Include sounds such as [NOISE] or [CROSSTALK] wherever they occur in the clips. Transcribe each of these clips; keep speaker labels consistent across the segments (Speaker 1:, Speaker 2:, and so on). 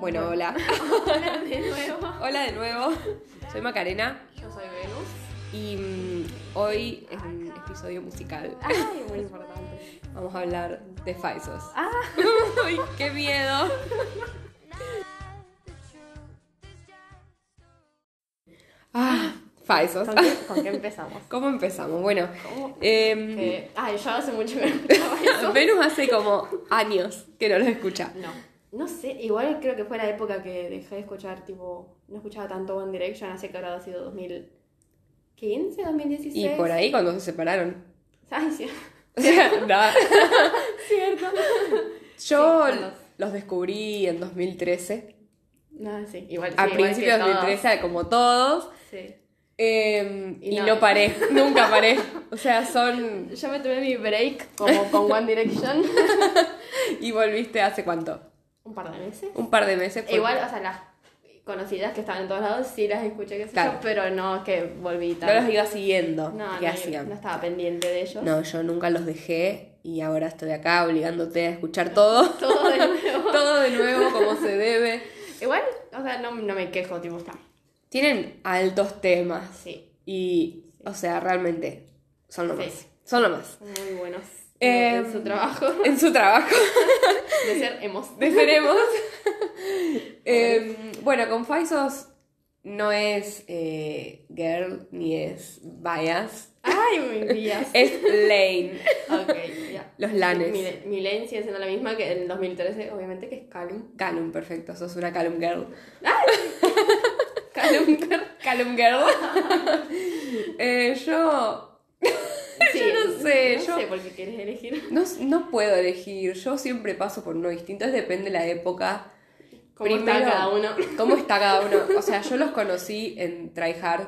Speaker 1: Bueno, hola.
Speaker 2: [LAUGHS] Hola de nuevo.
Speaker 1: Hola de nuevo. Soy Macarena
Speaker 2: Yo soy Venus.
Speaker 1: y mm, hoy es un episodio musical.
Speaker 2: Ay, muy importante.
Speaker 1: [LAUGHS]
Speaker 2: Ah.
Speaker 1: Vamos a hablar de Faisos. [LAUGHS] ¡Ay, qué
Speaker 2: [LAUGHS]
Speaker 1: miedo! Ah, Faisos.
Speaker 2: ¿Con qué, con qué empezamos?
Speaker 1: [LAUGHS] ¿Cómo empezamos? Bueno,
Speaker 2: ¿Cómo?
Speaker 1: em,
Speaker 2: Que- Ay, yo hace mucho que no escuchaba
Speaker 1: [LAUGHS]
Speaker 2: eso.
Speaker 1: Venus hace como años que no los escucha.
Speaker 2: No. No sé, igual creo que fue la época que dejé de escuchar, tipo, no escuchaba tanto One Direction, así que habrá sido 2015, 2016.
Speaker 1: Y por ahí cuando se separaron.
Speaker 2: [LAUGHS] Ay, sí,
Speaker 1: [LAUGHS] O sea, nada.
Speaker 2: cierto.
Speaker 1: Yo
Speaker 2: cuando-
Speaker 1: los descubrí en 2013.
Speaker 2: No, sí, igual.
Speaker 1: a
Speaker 2: sí, igual
Speaker 1: principios de
Speaker 2: que todos.
Speaker 1: 2013, como todos.
Speaker 2: Sí.
Speaker 1: eh, y,
Speaker 2: Y
Speaker 1: no.
Speaker 2: no.
Speaker 1: paré, [LAUGHS] nunca
Speaker 2: [LAUGHS]
Speaker 1: paré. O sea, son.
Speaker 2: Yo me tomé mi break como con One Direction. [LAUGHS]
Speaker 1: ¿Y volviste hace cuánto?
Speaker 2: Un par de meses.
Speaker 1: Un par de meses. porque
Speaker 2: Igual, o sea, las conocidas que estaban en todos lados sí las escuché, qué sé
Speaker 1: Claro.
Speaker 2: yo, pero no que volví
Speaker 1: No
Speaker 2: tan.
Speaker 1: los iba siguiendo.
Speaker 2: no,
Speaker 1: ¿Qué
Speaker 2: no,
Speaker 1: hacían?
Speaker 2: no estaba pendiente de ellos.
Speaker 1: No, yo nunca los dejé y ahora estoy acá obligándote a escuchar todo.
Speaker 2: [LAUGHS]
Speaker 1: [LAUGHS]
Speaker 2: Todo de nuevo.
Speaker 1: todo de nuevo, como se debe.
Speaker 2: Igual, o sea, no, no me quejo, tipo, está.
Speaker 1: Tienen altos temas.
Speaker 2: Sí,
Speaker 1: Y, o sea, realmente son lo
Speaker 2: Sí.
Speaker 1: más. Son lo más.
Speaker 2: muy buenos.
Speaker 1: Eh,
Speaker 2: en su trabajo
Speaker 1: En su trabajo.
Speaker 2: de ser hemos.
Speaker 1: Deferemos. [LAUGHS] Eh, bueno, con Faisos no es eh, girl ni es bias.
Speaker 2: Ay, mis
Speaker 1: [LAUGHS]
Speaker 2: días.
Speaker 1: Es lane.
Speaker 2: Ok, ya.
Speaker 1: [LAUGHS] Los lanes.
Speaker 2: Mile- Milen sigue siendo la misma que en 2013, obviamente, que es
Speaker 1: [LAUGHS]
Speaker 2: Calum.
Speaker 1: Calum, perfecto. Sos una Calum girl.
Speaker 2: Calum.
Speaker 1: Calum girl. [LAUGHS] Eh, yo Yo no sé,
Speaker 2: No
Speaker 1: yo-
Speaker 2: sé por qué quieres elegir.
Speaker 1: no, no puedo elegir. Yo siempre paso por uno distinto. Es Depende de la época.
Speaker 2: ¿Cómo está
Speaker 1: Primero-
Speaker 2: cada uno?
Speaker 1: ¿Cómo está cada uno? O sea, yo los conocí en Try Hard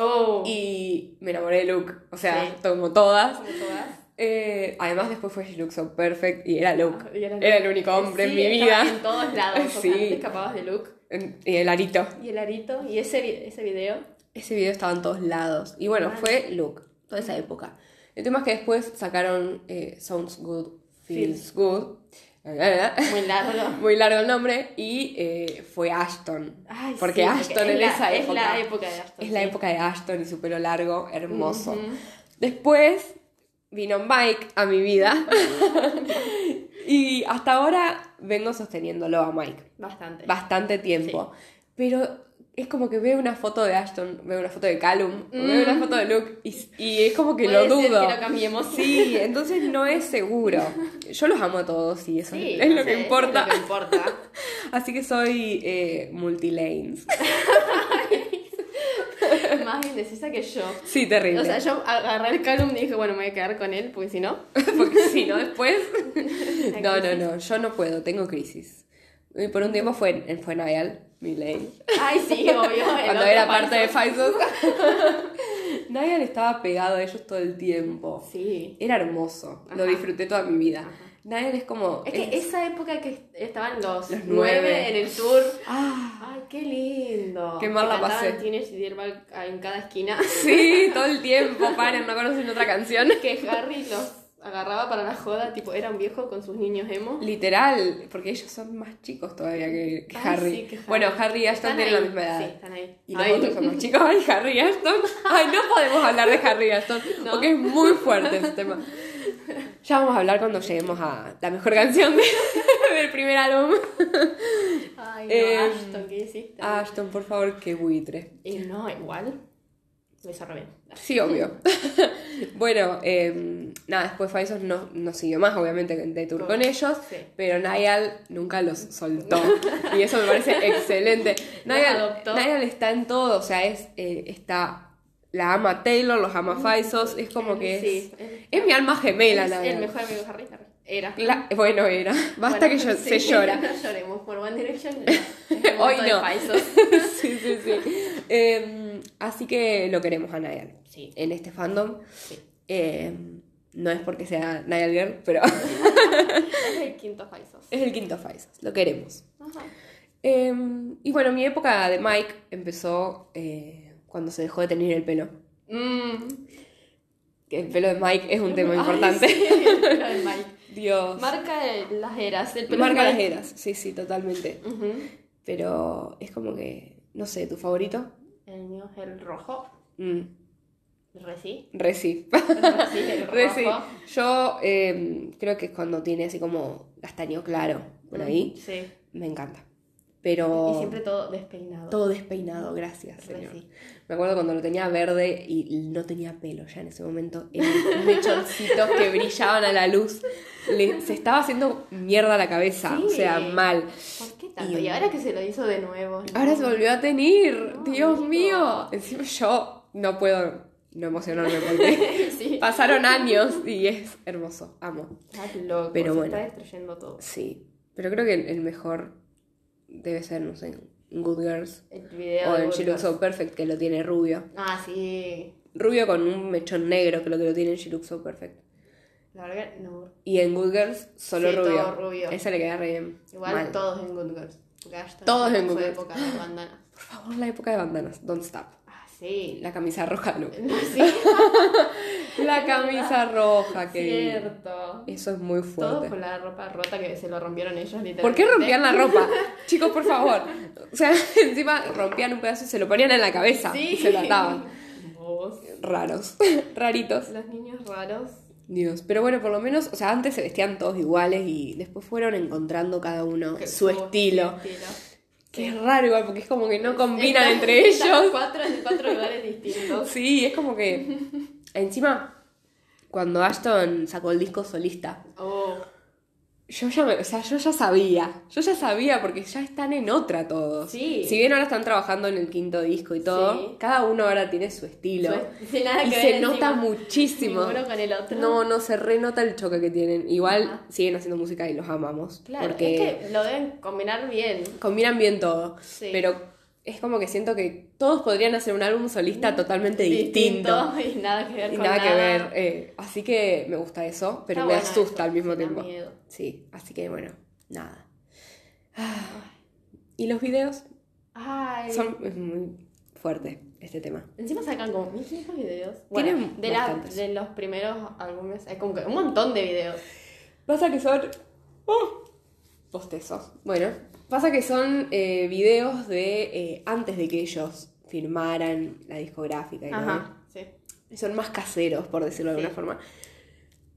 Speaker 2: Oh.
Speaker 1: y me enamoré de Luke. O sea,
Speaker 2: Sí.
Speaker 1: como todas.
Speaker 2: Como todas.
Speaker 1: Eh, además después fue She Looks So Perfect y era Luke.
Speaker 2: Y
Speaker 1: era,
Speaker 2: era
Speaker 1: el único hombre en
Speaker 2: Sí,
Speaker 1: mi
Speaker 2: estaba
Speaker 1: vida.
Speaker 2: En todos lados. O
Speaker 1: [LAUGHS] Sí.
Speaker 2: sea, no te escapabas de Luke.
Speaker 1: En- Y el arito.
Speaker 2: Y el arito. Y ese, vi- ese video.
Speaker 1: Ese video estaba en todos lados. Y bueno,
Speaker 2: Mal.
Speaker 1: fue Luke, toda esa época. El tema es que después sacaron eh, Sounds Good, Feels Good.
Speaker 2: Muy largo.
Speaker 1: [LAUGHS] Muy largo el nombre. Y eh, fue Ashton.
Speaker 2: Ay, sí,
Speaker 1: porque Ashton
Speaker 2: es
Speaker 1: en
Speaker 2: la-
Speaker 1: esa
Speaker 2: Es
Speaker 1: época.
Speaker 2: la época de Ashton.
Speaker 1: Es la
Speaker 2: sí.
Speaker 1: época de Ashton y su pelo largo, hermoso.
Speaker 2: Ujú.
Speaker 1: Después vino Mike a mi
Speaker 2: [LAUGHS]
Speaker 1: vida. [LAUGHS] y hasta ahora vengo sosteniéndolo a Mike.
Speaker 2: Bastante.
Speaker 1: Bastante tiempo. Pero es como que veo una foto de Ashton, veo una foto de Callum, veo una foto de Luke y, y es como que
Speaker 2: Mm. Puede
Speaker 1: lo
Speaker 2: ser
Speaker 1: dudo.
Speaker 2: que lo cambiemos.
Speaker 1: sí, entonces no es seguro. Yo los amo a todos y eso
Speaker 2: Sí,
Speaker 1: es
Speaker 2: no
Speaker 1: lo
Speaker 2: sé,
Speaker 1: que importa.
Speaker 2: Es lo que importa.
Speaker 1: Así que soy eh, multilanes.
Speaker 2: Más indecisa que yo.
Speaker 1: Sí, terrible.
Speaker 2: O sea, yo agarré el Calum y dije, bueno, me voy a quedar con él, [LAUGHS] porque si no.
Speaker 1: Porque si no, después. [LAUGHS] No, no, no, yo no puedo, tengo crisis. Y por un tiempo fue, en- fue Niall, mi lane.
Speaker 2: Ay, sí, obvio. el
Speaker 1: Cuando
Speaker 2: otro
Speaker 1: era
Speaker 2: falso.
Speaker 1: parte de Faisos. [LAUGHS] Niall estaba pegado a ellos todo el tiempo.
Speaker 2: Sí.
Speaker 1: Era hermoso, lo
Speaker 2: Ajá.
Speaker 1: disfruté toda mi vida.
Speaker 2: Ajá.
Speaker 1: Niall es como.
Speaker 2: Es que
Speaker 1: es-
Speaker 2: esa época que estaban los,
Speaker 1: Los nueve.
Speaker 2: nueve en el tour. [LAUGHS]
Speaker 1: Ah,
Speaker 2: Ay, qué lindo.
Speaker 1: Qué mal
Speaker 2: Que
Speaker 1: la pasé.
Speaker 2: cantaban Teenage Dirtbag en cada esquina. [LAUGHS]
Speaker 1: sí, todo el tiempo, paren, no conocen otra canción.
Speaker 2: que Harry los agarraba para la joda, tipo, era un viejo con sus niños emo.
Speaker 1: Literal, porque ellos son más chicos todavía que, que
Speaker 2: Ay,
Speaker 1: Harry.
Speaker 2: sí, que Harry.
Speaker 1: Bueno, Harry y Ashton
Speaker 2: Están
Speaker 1: tienen la
Speaker 2: ahí,
Speaker 1: misma edad.
Speaker 2: Sí, están ahí.
Speaker 1: Y los
Speaker 2: Ay,
Speaker 1: otros son los chicos, ay, Harry y Ashton. Ay, no podemos hablar de Harry y Ashton,
Speaker 2: [LAUGHS] No.
Speaker 1: porque es muy fuerte ese tema. Ya vamos a hablar cuando lleguemos a la mejor canción de- [LAUGHS] del primer álbum.
Speaker 2: [LAUGHS] Ay, no,
Speaker 1: Eh,
Speaker 2: Ashton, ¿qué hiciste?
Speaker 1: Ashton, por favor, que buitre.
Speaker 2: Y no, igual. Lo hizo re bien.
Speaker 1: Sí, obvio. [LAUGHS] bueno, eh, nada, después Faisos no, no siguió más, obviamente, de tour con ellos,
Speaker 2: Sí.
Speaker 1: pero Niall nunca los soltó. [LAUGHS] y eso me parece excelente.
Speaker 2: Los
Speaker 1: Niall,
Speaker 2: adoptó.
Speaker 1: Niall está en todo, o sea, es, eh, está, la ama Taylor, los ama Faisos, es como que es,
Speaker 2: Mm, Sí, es-
Speaker 1: es mi alma gemela,
Speaker 2: es
Speaker 1: Niall.
Speaker 2: el mejor amigo de Harry. Harry. Era.
Speaker 1: La- bueno, era. Basta
Speaker 2: Bueno,
Speaker 1: que yo,
Speaker 2: sí,
Speaker 1: se
Speaker 2: [LAUGHS]
Speaker 1: llora.
Speaker 2: No lloremos por One Direction. no. Es un
Speaker 1: Hoy
Speaker 2: montón de
Speaker 1: no.
Speaker 2: falsos.
Speaker 1: [LAUGHS] [LAUGHS] sí, sí, sí. Eh, así que lo queremos a Niall.
Speaker 2: Sí.
Speaker 1: En este fandom. Eh, no es porque sea Niall Girl, pero [LAUGHS]
Speaker 2: Es el quinto falsos.
Speaker 1: es el quinto Faisas. Lo queremos.
Speaker 2: Ajá.
Speaker 1: Eh, y bueno, mi época de Mike empezó eh, cuando se dejó de tener el pelo.
Speaker 2: Mm.
Speaker 1: Que El pelo de Mike es un tema
Speaker 2: [LAUGHS] Ay,
Speaker 1: importante.
Speaker 2: sí, el pelo de Mike.
Speaker 1: [LAUGHS] Dios.
Speaker 2: Marca de las eras. El pelo
Speaker 1: Marca
Speaker 2: que-
Speaker 1: las eras, sí, sí, totalmente.
Speaker 2: Ujú.
Speaker 1: Pero es como que, no sé, ¿tu favorito?
Speaker 2: El mío es el rojo.
Speaker 1: Mm, [LAUGHS]
Speaker 2: Reci.
Speaker 1: re sí.
Speaker 2: Reci, el rojo.
Speaker 1: Re sí. Yo eh, creo que es cuando tiene así como castaño claro por ahí.
Speaker 2: Sí.
Speaker 1: Me encanta.
Speaker 2: Mm. Y
Speaker 1: Pero
Speaker 2: siempre todo despeinado.
Speaker 1: todo despeinado, gracias,
Speaker 2: Re
Speaker 1: señor.
Speaker 2: sí.
Speaker 1: Me acuerdo cuando lo tenía verde y no tenía pelo ya en ese momento.
Speaker 2: [LAUGHS]
Speaker 1: Eran mechoncitos que brillaban a la luz. Le- se estaba haciendo mierda la cabeza, o
Speaker 2: Sí.
Speaker 1: sea, mal.
Speaker 2: ¿Por qué tanto?
Speaker 1: Y-
Speaker 2: Y, ahora que se lo hizo de nuevo. ¿no?
Speaker 1: Ahora se volvió a tener,
Speaker 2: No,
Speaker 1: Dios
Speaker 2: amigo.
Speaker 1: mío. Encima yo no puedo no emocionarme
Speaker 2: [LAUGHS]
Speaker 1: porque
Speaker 2: [LAUGHS] sí.
Speaker 1: pasaron años y es hermoso, amo.
Speaker 2: Estás loco.
Speaker 1: Pero
Speaker 2: se
Speaker 1: bueno.
Speaker 2: Está destruyendo todo.
Speaker 1: Sí, pero creo que el el mejor debe ser, no sé, Good Girls
Speaker 2: El video.
Speaker 1: o
Speaker 2: de
Speaker 1: en She Looks
Speaker 2: Burgos.
Speaker 1: So Perfect que lo tiene rubio.
Speaker 2: Ah, sí.
Speaker 1: Rubio con un mechón negro, creo que lo tiene en She Looks So Perfect.
Speaker 2: La verdad que no.
Speaker 1: Y en Good Girls, solo
Speaker 2: Sí, todo
Speaker 1: rubio.
Speaker 2: rubio.
Speaker 1: Esa le queda re bien.
Speaker 2: Igual
Speaker 1: Mal.
Speaker 2: todos en Good Girls. Porque Ashton
Speaker 1: Todos en
Speaker 2: su
Speaker 1: Good Girls.
Speaker 2: época de bandana.
Speaker 1: Por favor, la época de bandanas. Don't stop.
Speaker 2: Ah,
Speaker 1: [LAUGHS]
Speaker 2: sí. [LAUGHS]
Speaker 1: La camisa roja, no.
Speaker 2: Sí,
Speaker 1: La camisa roja, que
Speaker 2: cierto.
Speaker 1: Eso es muy
Speaker 2: Todos
Speaker 1: fuerte.
Speaker 2: con la ropa rota que se lo rompieron ellos literalmente.
Speaker 1: ¿Por qué rompían la
Speaker 2: [LAUGHS]
Speaker 1: ropa? Chicos, por favor. O sea, [LAUGHS] encima rompían un pedazo y se lo ponían en la cabeza.
Speaker 2: Sí.
Speaker 1: Y se lo ataban.
Speaker 2: Vos.
Speaker 1: Raros. [LAUGHS] Raritos.
Speaker 2: Los niños raros.
Speaker 1: Dios. Pero bueno, por lo menos, o sea, antes se vestían todos iguales y después fueron encontrando cada uno
Speaker 2: que-
Speaker 1: su estilo.
Speaker 2: estilo.
Speaker 1: Que es raro igual, porque es como que no combinan
Speaker 2: Están-
Speaker 1: entre
Speaker 2: [LAUGHS] están
Speaker 1: ellos.
Speaker 2: Cuatro en cuatro lugares distintos.
Speaker 1: Sí, es como que. Encima, cuando Ashton sacó el disco solista,
Speaker 2: Oh,
Speaker 1: yo ya, me- o sea, yo ya sabía. Yo ya sabía porque ya están en otra todos.
Speaker 2: Sí.
Speaker 1: Si bien ahora están trabajando en el quinto disco y todo,
Speaker 2: Sí.
Speaker 1: cada uno ahora tiene su estilo.
Speaker 2: su- sin nada
Speaker 1: y
Speaker 2: que
Speaker 1: se
Speaker 2: ver
Speaker 1: nota
Speaker 2: encima.
Speaker 1: muchísimo.
Speaker 2: Ninguno con el otro.
Speaker 1: No, no, se renota el choque que tienen. Igual
Speaker 2: Ajá.
Speaker 1: siguen haciendo música y los amamos.
Speaker 2: Claro,
Speaker 1: porque
Speaker 2: es que lo deben combinar bien.
Speaker 1: combinan bien todo.
Speaker 2: Sí.
Speaker 1: Pero es como que siento que todos podrían hacer un álbum solista totalmente distinto.
Speaker 2: Y nada que ver
Speaker 1: Y
Speaker 2: Mm. con
Speaker 1: nada, que ver. eh, así que me gusta eso, pero
Speaker 2: Está
Speaker 1: me
Speaker 2: bueno
Speaker 1: asusta
Speaker 2: eso,
Speaker 1: al mismo
Speaker 2: da
Speaker 1: tiempo.
Speaker 2: miedo.
Speaker 1: Sí, así que bueno, nada. Ah, Y los videos
Speaker 2: Ay.
Speaker 1: son es muy fuerte este tema.
Speaker 2: Encima sacan como 1500 videos.
Speaker 1: Tienen
Speaker 2: de, la-
Speaker 1: bastantes.
Speaker 2: de los primeros álbumes hay como que un montón de videos.
Speaker 1: Pasa que son. ¡Oh! Bostezo. Bueno, pasa que son eh, videos de eh, antes de que ellos firmaran la discográfica y todo.
Speaker 2: Ajá, sí.
Speaker 1: Y son más caseros, por decirlo de
Speaker 2: Sí.
Speaker 1: alguna forma.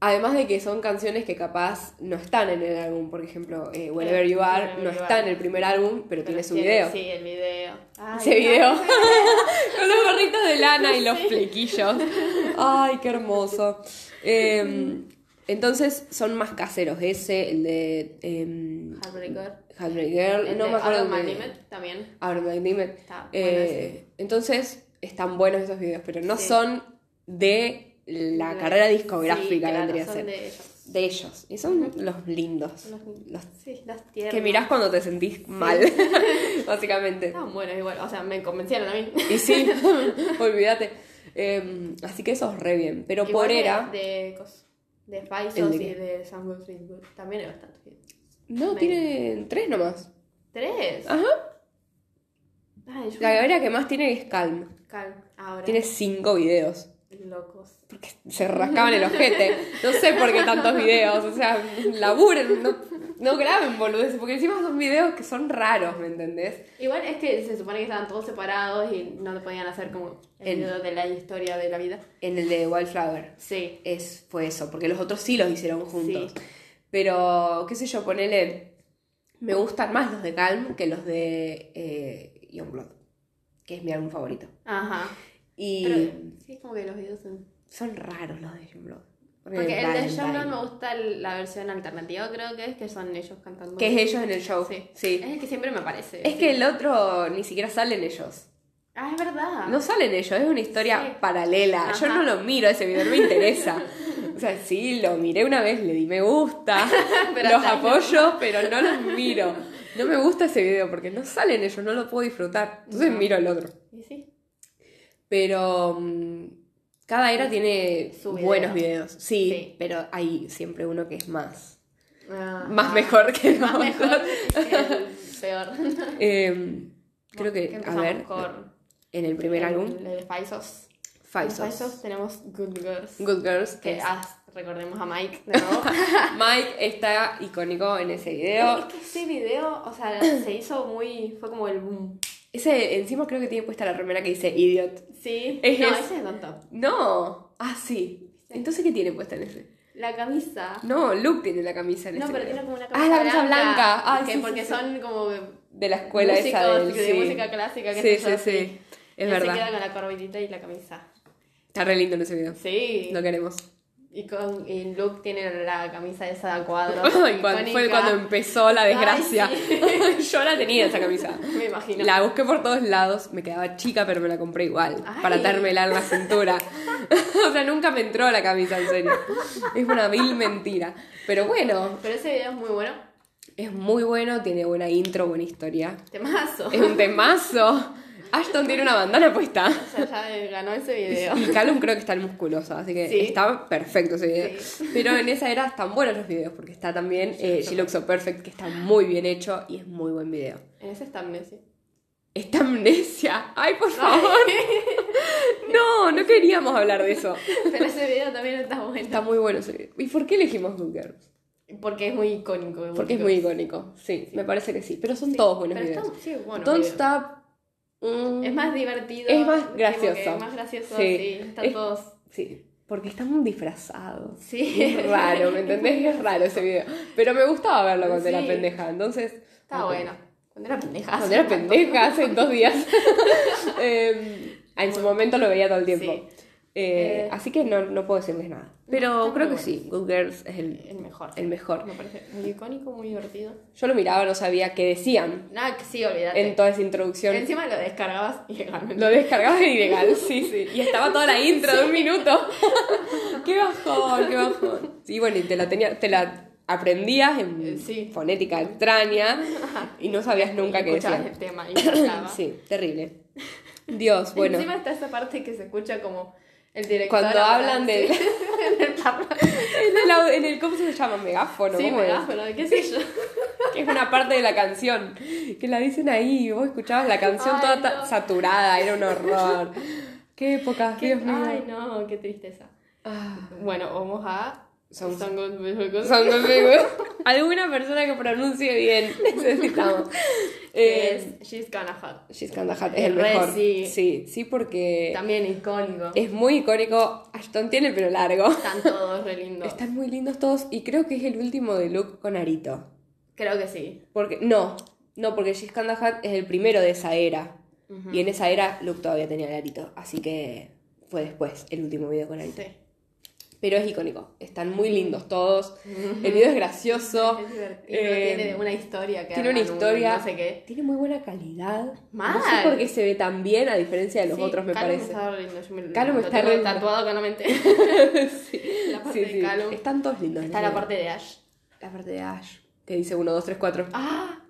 Speaker 1: Además de que son canciones que capaz no están en el álbum, por ejemplo, eh, Wherever You Are
Speaker 2: Wherever
Speaker 1: no
Speaker 2: You
Speaker 1: está
Speaker 2: Are.
Speaker 1: en el primer álbum, pero, tiene su
Speaker 2: sí,
Speaker 1: video.
Speaker 2: Sí, el video. Ay,
Speaker 1: Ese
Speaker 2: no. [LAUGHS]
Speaker 1: video [LAUGHS] con los gorritos de lana y los
Speaker 2: Sí. [LAUGHS]
Speaker 1: flequillos. Ay, qué hermoso. Eh, entonces son más caseros. Ese, el de eh,
Speaker 2: Heartbreaker.
Speaker 1: Hungry Girl,
Speaker 2: El
Speaker 1: no
Speaker 2: de
Speaker 1: me acuerdo.
Speaker 2: Out of My
Speaker 1: el de-
Speaker 2: Limit también.
Speaker 1: Out of My Limit.
Speaker 2: Está
Speaker 1: Eh, entonces están buenos esos videos, pero no
Speaker 2: Sí.
Speaker 1: son de la
Speaker 2: buena esa.
Speaker 1: carrera
Speaker 2: Sí,
Speaker 1: discográfica,
Speaker 2: claro,
Speaker 1: vendría a
Speaker 2: son
Speaker 1: ser. De...
Speaker 2: de ellos.
Speaker 1: ellos. Y son los lindos.
Speaker 2: Los-
Speaker 1: Los
Speaker 2: Sí, las tiernas.
Speaker 1: que mirás cuando te sentís
Speaker 2: [LAUGHS]
Speaker 1: mal, [LAUGHS] básicamente.
Speaker 2: Están buenos igual. O sea, me convencieron a mí.
Speaker 1: Y sí, [LAUGHS] olvídate. Eh, así que eso es re bien. Pero
Speaker 2: Igual
Speaker 1: por
Speaker 2: de-
Speaker 1: era.
Speaker 2: De, cos- de
Speaker 1: ¿El
Speaker 2: Faisos
Speaker 1: de
Speaker 2: y
Speaker 1: qué?
Speaker 2: de Samuel Fleetwood. También hay bastantes videos.
Speaker 1: No,
Speaker 2: me-
Speaker 1: tienen tres nomás.
Speaker 2: ¿Tres?
Speaker 1: Ajá.
Speaker 2: Ay, yo-
Speaker 1: La carrera que más tiene es Calm.
Speaker 2: Cal- Ahora.
Speaker 1: Tiene cinco videos.
Speaker 2: Locos.
Speaker 1: Porque se rascaban el ojete. No sé por qué tantos videos. O sea, laburen, no, no graben boludeces. Porque encima son videos que son raros, ¿me entendés?
Speaker 2: Igual es que se supone que estaban todos separados y no le podían hacer como el,
Speaker 1: El-
Speaker 2: video de la historia de la vida.
Speaker 1: En el de Wildflower.
Speaker 2: Sí.
Speaker 1: es, fue eso, porque los otros sí los hicieron juntos. Pero, qué sé yo, ponele. Me gustan más los de Calm que los de eh, Youngblood, que es mi álbum favorito.
Speaker 2: Ajá.
Speaker 1: Y
Speaker 2: Pero sí, es como que los videos son...
Speaker 1: son raros los de Youngblood.
Speaker 2: Porque el de
Speaker 1: Blind
Speaker 2: Show
Speaker 1: Time,
Speaker 2: me gusta el- la versión alternativa, creo que es, que son ellos cantando.
Speaker 1: Que es ellos en el show.
Speaker 2: Sí.
Speaker 1: sí.
Speaker 2: Es el que siempre me aparece.
Speaker 1: Es que el otro ni siquiera salen ellos.
Speaker 2: Ah, es verdad.
Speaker 1: No salen ellos, es una historia
Speaker 2: Sí.
Speaker 1: paralela. Yo
Speaker 2: Ajá.
Speaker 1: no lo miro ese video, no me interesa. O sea, sí, lo miré una vez, le di me gusta,
Speaker 2: [LAUGHS] Pero
Speaker 1: los
Speaker 2: hasta ahí
Speaker 1: apoyo, pero no los miro. No me gusta ese video porque no salen ellos, no lo puedo disfrutar. Entonces
Speaker 2: No.
Speaker 1: miro el otro.
Speaker 2: Y sí.
Speaker 1: Pero mm, cada era tiene
Speaker 2: Su video.
Speaker 1: buenos videos. Sí,
Speaker 2: Sí.
Speaker 1: pero hay siempre uno que es más.
Speaker 2: Ah.
Speaker 1: Más mejor que el
Speaker 2: [LAUGHS] Más
Speaker 1: otro.
Speaker 2: mejor. que el peor.
Speaker 1: Eh, creo
Speaker 2: ¿Qué
Speaker 1: que, a
Speaker 2: empezamos
Speaker 1: ver,
Speaker 2: Con
Speaker 1: en el primer álbum,
Speaker 2: El, el de Faisos.
Speaker 1: Five
Speaker 2: En Faisos
Speaker 1: Souls.
Speaker 2: tenemos Good Girls.
Speaker 1: Good Girls, que
Speaker 2: que
Speaker 1: es
Speaker 2: as- Recordemos a Mike
Speaker 1: [LAUGHS]
Speaker 2: de nuevo.
Speaker 1: Mike está icónico en ese video.
Speaker 2: Es que ese video, o sea, se hizo muy. Fue como el boom.
Speaker 1: Ese encima creo que tiene puesta la remera que dice idiot.
Speaker 2: Sí.
Speaker 1: Es
Speaker 2: no,
Speaker 1: ese.
Speaker 2: ese es Don Top.
Speaker 1: No. Ah, sí. Entonces, ¿qué tiene puesta en ese?
Speaker 2: La camisa.
Speaker 1: No, Luke tiene la camisa en
Speaker 2: No,
Speaker 1: ese
Speaker 2: pero
Speaker 1: video.
Speaker 2: tiene como una
Speaker 1: Ah, la camisa blanca. Ay,
Speaker 2: que
Speaker 1: sí, sí,
Speaker 2: porque
Speaker 1: sí.
Speaker 2: son como
Speaker 1: De la escuela esa
Speaker 2: músicos
Speaker 1: de él,
Speaker 2: de
Speaker 1: sí.
Speaker 2: música clásica. Que
Speaker 1: Sí, sí, sí. Es
Speaker 2: Se queda
Speaker 1: verdad.
Speaker 2: con la corbatita y la camisa.
Speaker 1: Está re lindo en ese video.
Speaker 2: Sí.
Speaker 1: Lo
Speaker 2: [LAUGHS]
Speaker 1: queremos.
Speaker 2: Y, con, y Luke tiene la camisa esa de cuadro.
Speaker 1: [LAUGHS] Ay, cuando- fue cuando empezó la desgracia. [LAUGHS]
Speaker 2: Ay,
Speaker 1: Yo la tenía esa camisa.
Speaker 2: [LAUGHS] Me imagino.
Speaker 1: La busqué por todos lados, me quedaba chica, pero me la compré igual,
Speaker 2: Ay.
Speaker 1: para atármela en la
Speaker 2: [LAUGHS]
Speaker 1: cintura. o sea, nunca me entró la camisa, en serio. Es una vil mentira. Pero bueno,
Speaker 2: Pero ese video es muy bueno.
Speaker 1: es muy bueno, tiene buena intro, buena historia.
Speaker 2: Temazo.
Speaker 1: Es un temazo. Ashton tiene una bandana puesta.
Speaker 2: O sea, ya ganó
Speaker 1: [LAUGHS]
Speaker 2: ese video.
Speaker 1: Y Calum creo que está musculosa, así que
Speaker 2: Sí.
Speaker 1: está perfecto ese video.
Speaker 2: Sí.
Speaker 1: Pero en esa era están buenos los videos, porque está también eh, She Looks So Perfect, que está muy bien hecho y es muy buen video.
Speaker 2: En ese está Messi.
Speaker 1: Esta amnesia. Ay, [LAUGHS] por favor. No, no queríamos hablar de eso.
Speaker 2: Pero ese video también está bueno.
Speaker 1: Está muy bueno ese video. ¿Y por qué elegimos Good Girls?
Speaker 2: Porque es muy icónico. es
Speaker 1: Porque es muy icónico. Sí, me parece que sí. Pero son todos buenos
Speaker 2: Pero
Speaker 1: videos.
Speaker 2: está, sí, es bueno.
Speaker 1: Don't
Speaker 2: video.
Speaker 1: Stop. mm,
Speaker 2: Es más divertido.
Speaker 1: Es más
Speaker 2: como que
Speaker 1: gracioso.
Speaker 2: Es más gracioso,
Speaker 1: Sí.
Speaker 2: sí. Están
Speaker 1: Es-
Speaker 2: todos.
Speaker 1: Sí. Porque están disfrazados.
Speaker 2: Sí.
Speaker 1: Es raro, ¿me entendés? Es raro ese video. Pero me gustaba verlo cuando era
Speaker 2: Sí.
Speaker 1: pendeja. Entonces.
Speaker 2: Está bueno. Cuando era pendeja.
Speaker 1: Cuando era pendeja hace dos días.
Speaker 2: [LAUGHS]
Speaker 1: Eh, en su momento lo veía todo el tiempo.
Speaker 2: Sí.
Speaker 1: Eh,
Speaker 2: Eh,
Speaker 1: así que no, no puedo decirles nada. Pero
Speaker 2: está
Speaker 1: creo que
Speaker 2: muy Eh,
Speaker 1: sí, Good Girls es el,
Speaker 2: El mejor.
Speaker 1: el mejor.
Speaker 2: Me parece muy icónico, muy divertido.
Speaker 1: Yo lo miraba, no sabía qué decían
Speaker 2: Nada, que sí, olvídate.
Speaker 1: en toda esa introducción.
Speaker 2: Encima lo descargabas
Speaker 1: [LAUGHS]
Speaker 2: ilegalmente.
Speaker 1: Lo descargabas en
Speaker 2: [LAUGHS]
Speaker 1: ilegal, sí, sí. Y estaba toda la intro de un minuto. [LAUGHS] qué bajón, qué bajón. Sí, bueno, y te la, tenía, te la aprendías en
Speaker 2: Eh, Sí.
Speaker 1: fonética
Speaker 2: [LAUGHS]
Speaker 1: extraña y no sabías nunca qué
Speaker 2: Escuchabas
Speaker 1: decían.
Speaker 2: el tema
Speaker 1: [COUGHS]
Speaker 2: y pasaba.
Speaker 1: Sí, terrible.
Speaker 2: [LAUGHS]
Speaker 1: Dios, bueno.
Speaker 2: Encima está esa parte que se escucha como el director.
Speaker 1: Cuando hablan del-
Speaker 2: sí, del parla-
Speaker 1: En el, au- en el- ¿Cómo se llama? Megáfono.
Speaker 2: [LAUGHS] Sí,
Speaker 1: ¿cómo es?
Speaker 2: megáfono, qué sé yo.
Speaker 1: Que es una parte de la canción. Que la dicen ahí. y Vos escuchabas la canción
Speaker 2: Ay,
Speaker 1: toda ta-
Speaker 2: no.
Speaker 1: saturada. Era un horror. [LAUGHS] Qué época,
Speaker 2: Qué-
Speaker 1: Dios mío.
Speaker 2: Ay, no, qué tristeza.
Speaker 1: Ah.
Speaker 2: Bueno, vamos a.
Speaker 1: Son-
Speaker 2: Son good, good, good. [LAUGHS]
Speaker 1: Son conmigo. Alguna persona que pronuncie bien. Necesitamos.
Speaker 2: Que
Speaker 1: [LAUGHS] Eh,
Speaker 2: es She's Gonna Hot.
Speaker 1: She's Kinda Hot es el
Speaker 2: Re,
Speaker 1: mejor.
Speaker 2: sí.
Speaker 1: sí, sí, porque
Speaker 2: También icónico.
Speaker 1: eh, es muy icónico. Ashton tiene el pelo largo.
Speaker 2: Están todos re lindos.
Speaker 1: Están muy lindos todos. Y creo que es el último de Luke con Arito.
Speaker 2: Creo que sí.
Speaker 1: Porque, no, no, porque Gis Kandahat es el primero de esa era. Y en esa era Luke todavía tenía el arito. Así que fue después el último video con arito.
Speaker 2: Sí.
Speaker 1: Pero es icónico. Están muy lindos todos. El video es gracioso.
Speaker 2: Es divertido.
Speaker 1: Eh,
Speaker 2: tiene una historia que
Speaker 1: tiene una
Speaker 2: arman un
Speaker 1: historia.
Speaker 2: no sé qué.
Speaker 1: Tiene muy buena calidad.
Speaker 2: Mal.
Speaker 1: No sé por qué se ve tan bien a diferencia de los
Speaker 2: Sí,
Speaker 1: otros, me
Speaker 2: Calum
Speaker 1: parece.
Speaker 2: Está re lindo. Yo me
Speaker 1: Calum
Speaker 2: lo
Speaker 1: está
Speaker 2: tengo
Speaker 1: re lindo.
Speaker 2: tatuado claramente. [LAUGHS] La
Speaker 1: [LAUGHS]
Speaker 2: parte
Speaker 1: Sí,
Speaker 2: de
Speaker 1: sí.
Speaker 2: Calum. Está,
Speaker 1: Están todos lindos. ¿no?
Speaker 2: la parte de Ash.
Speaker 1: la parte de Ash. Que dice 1, 2, 3, 4.
Speaker 2: Ah,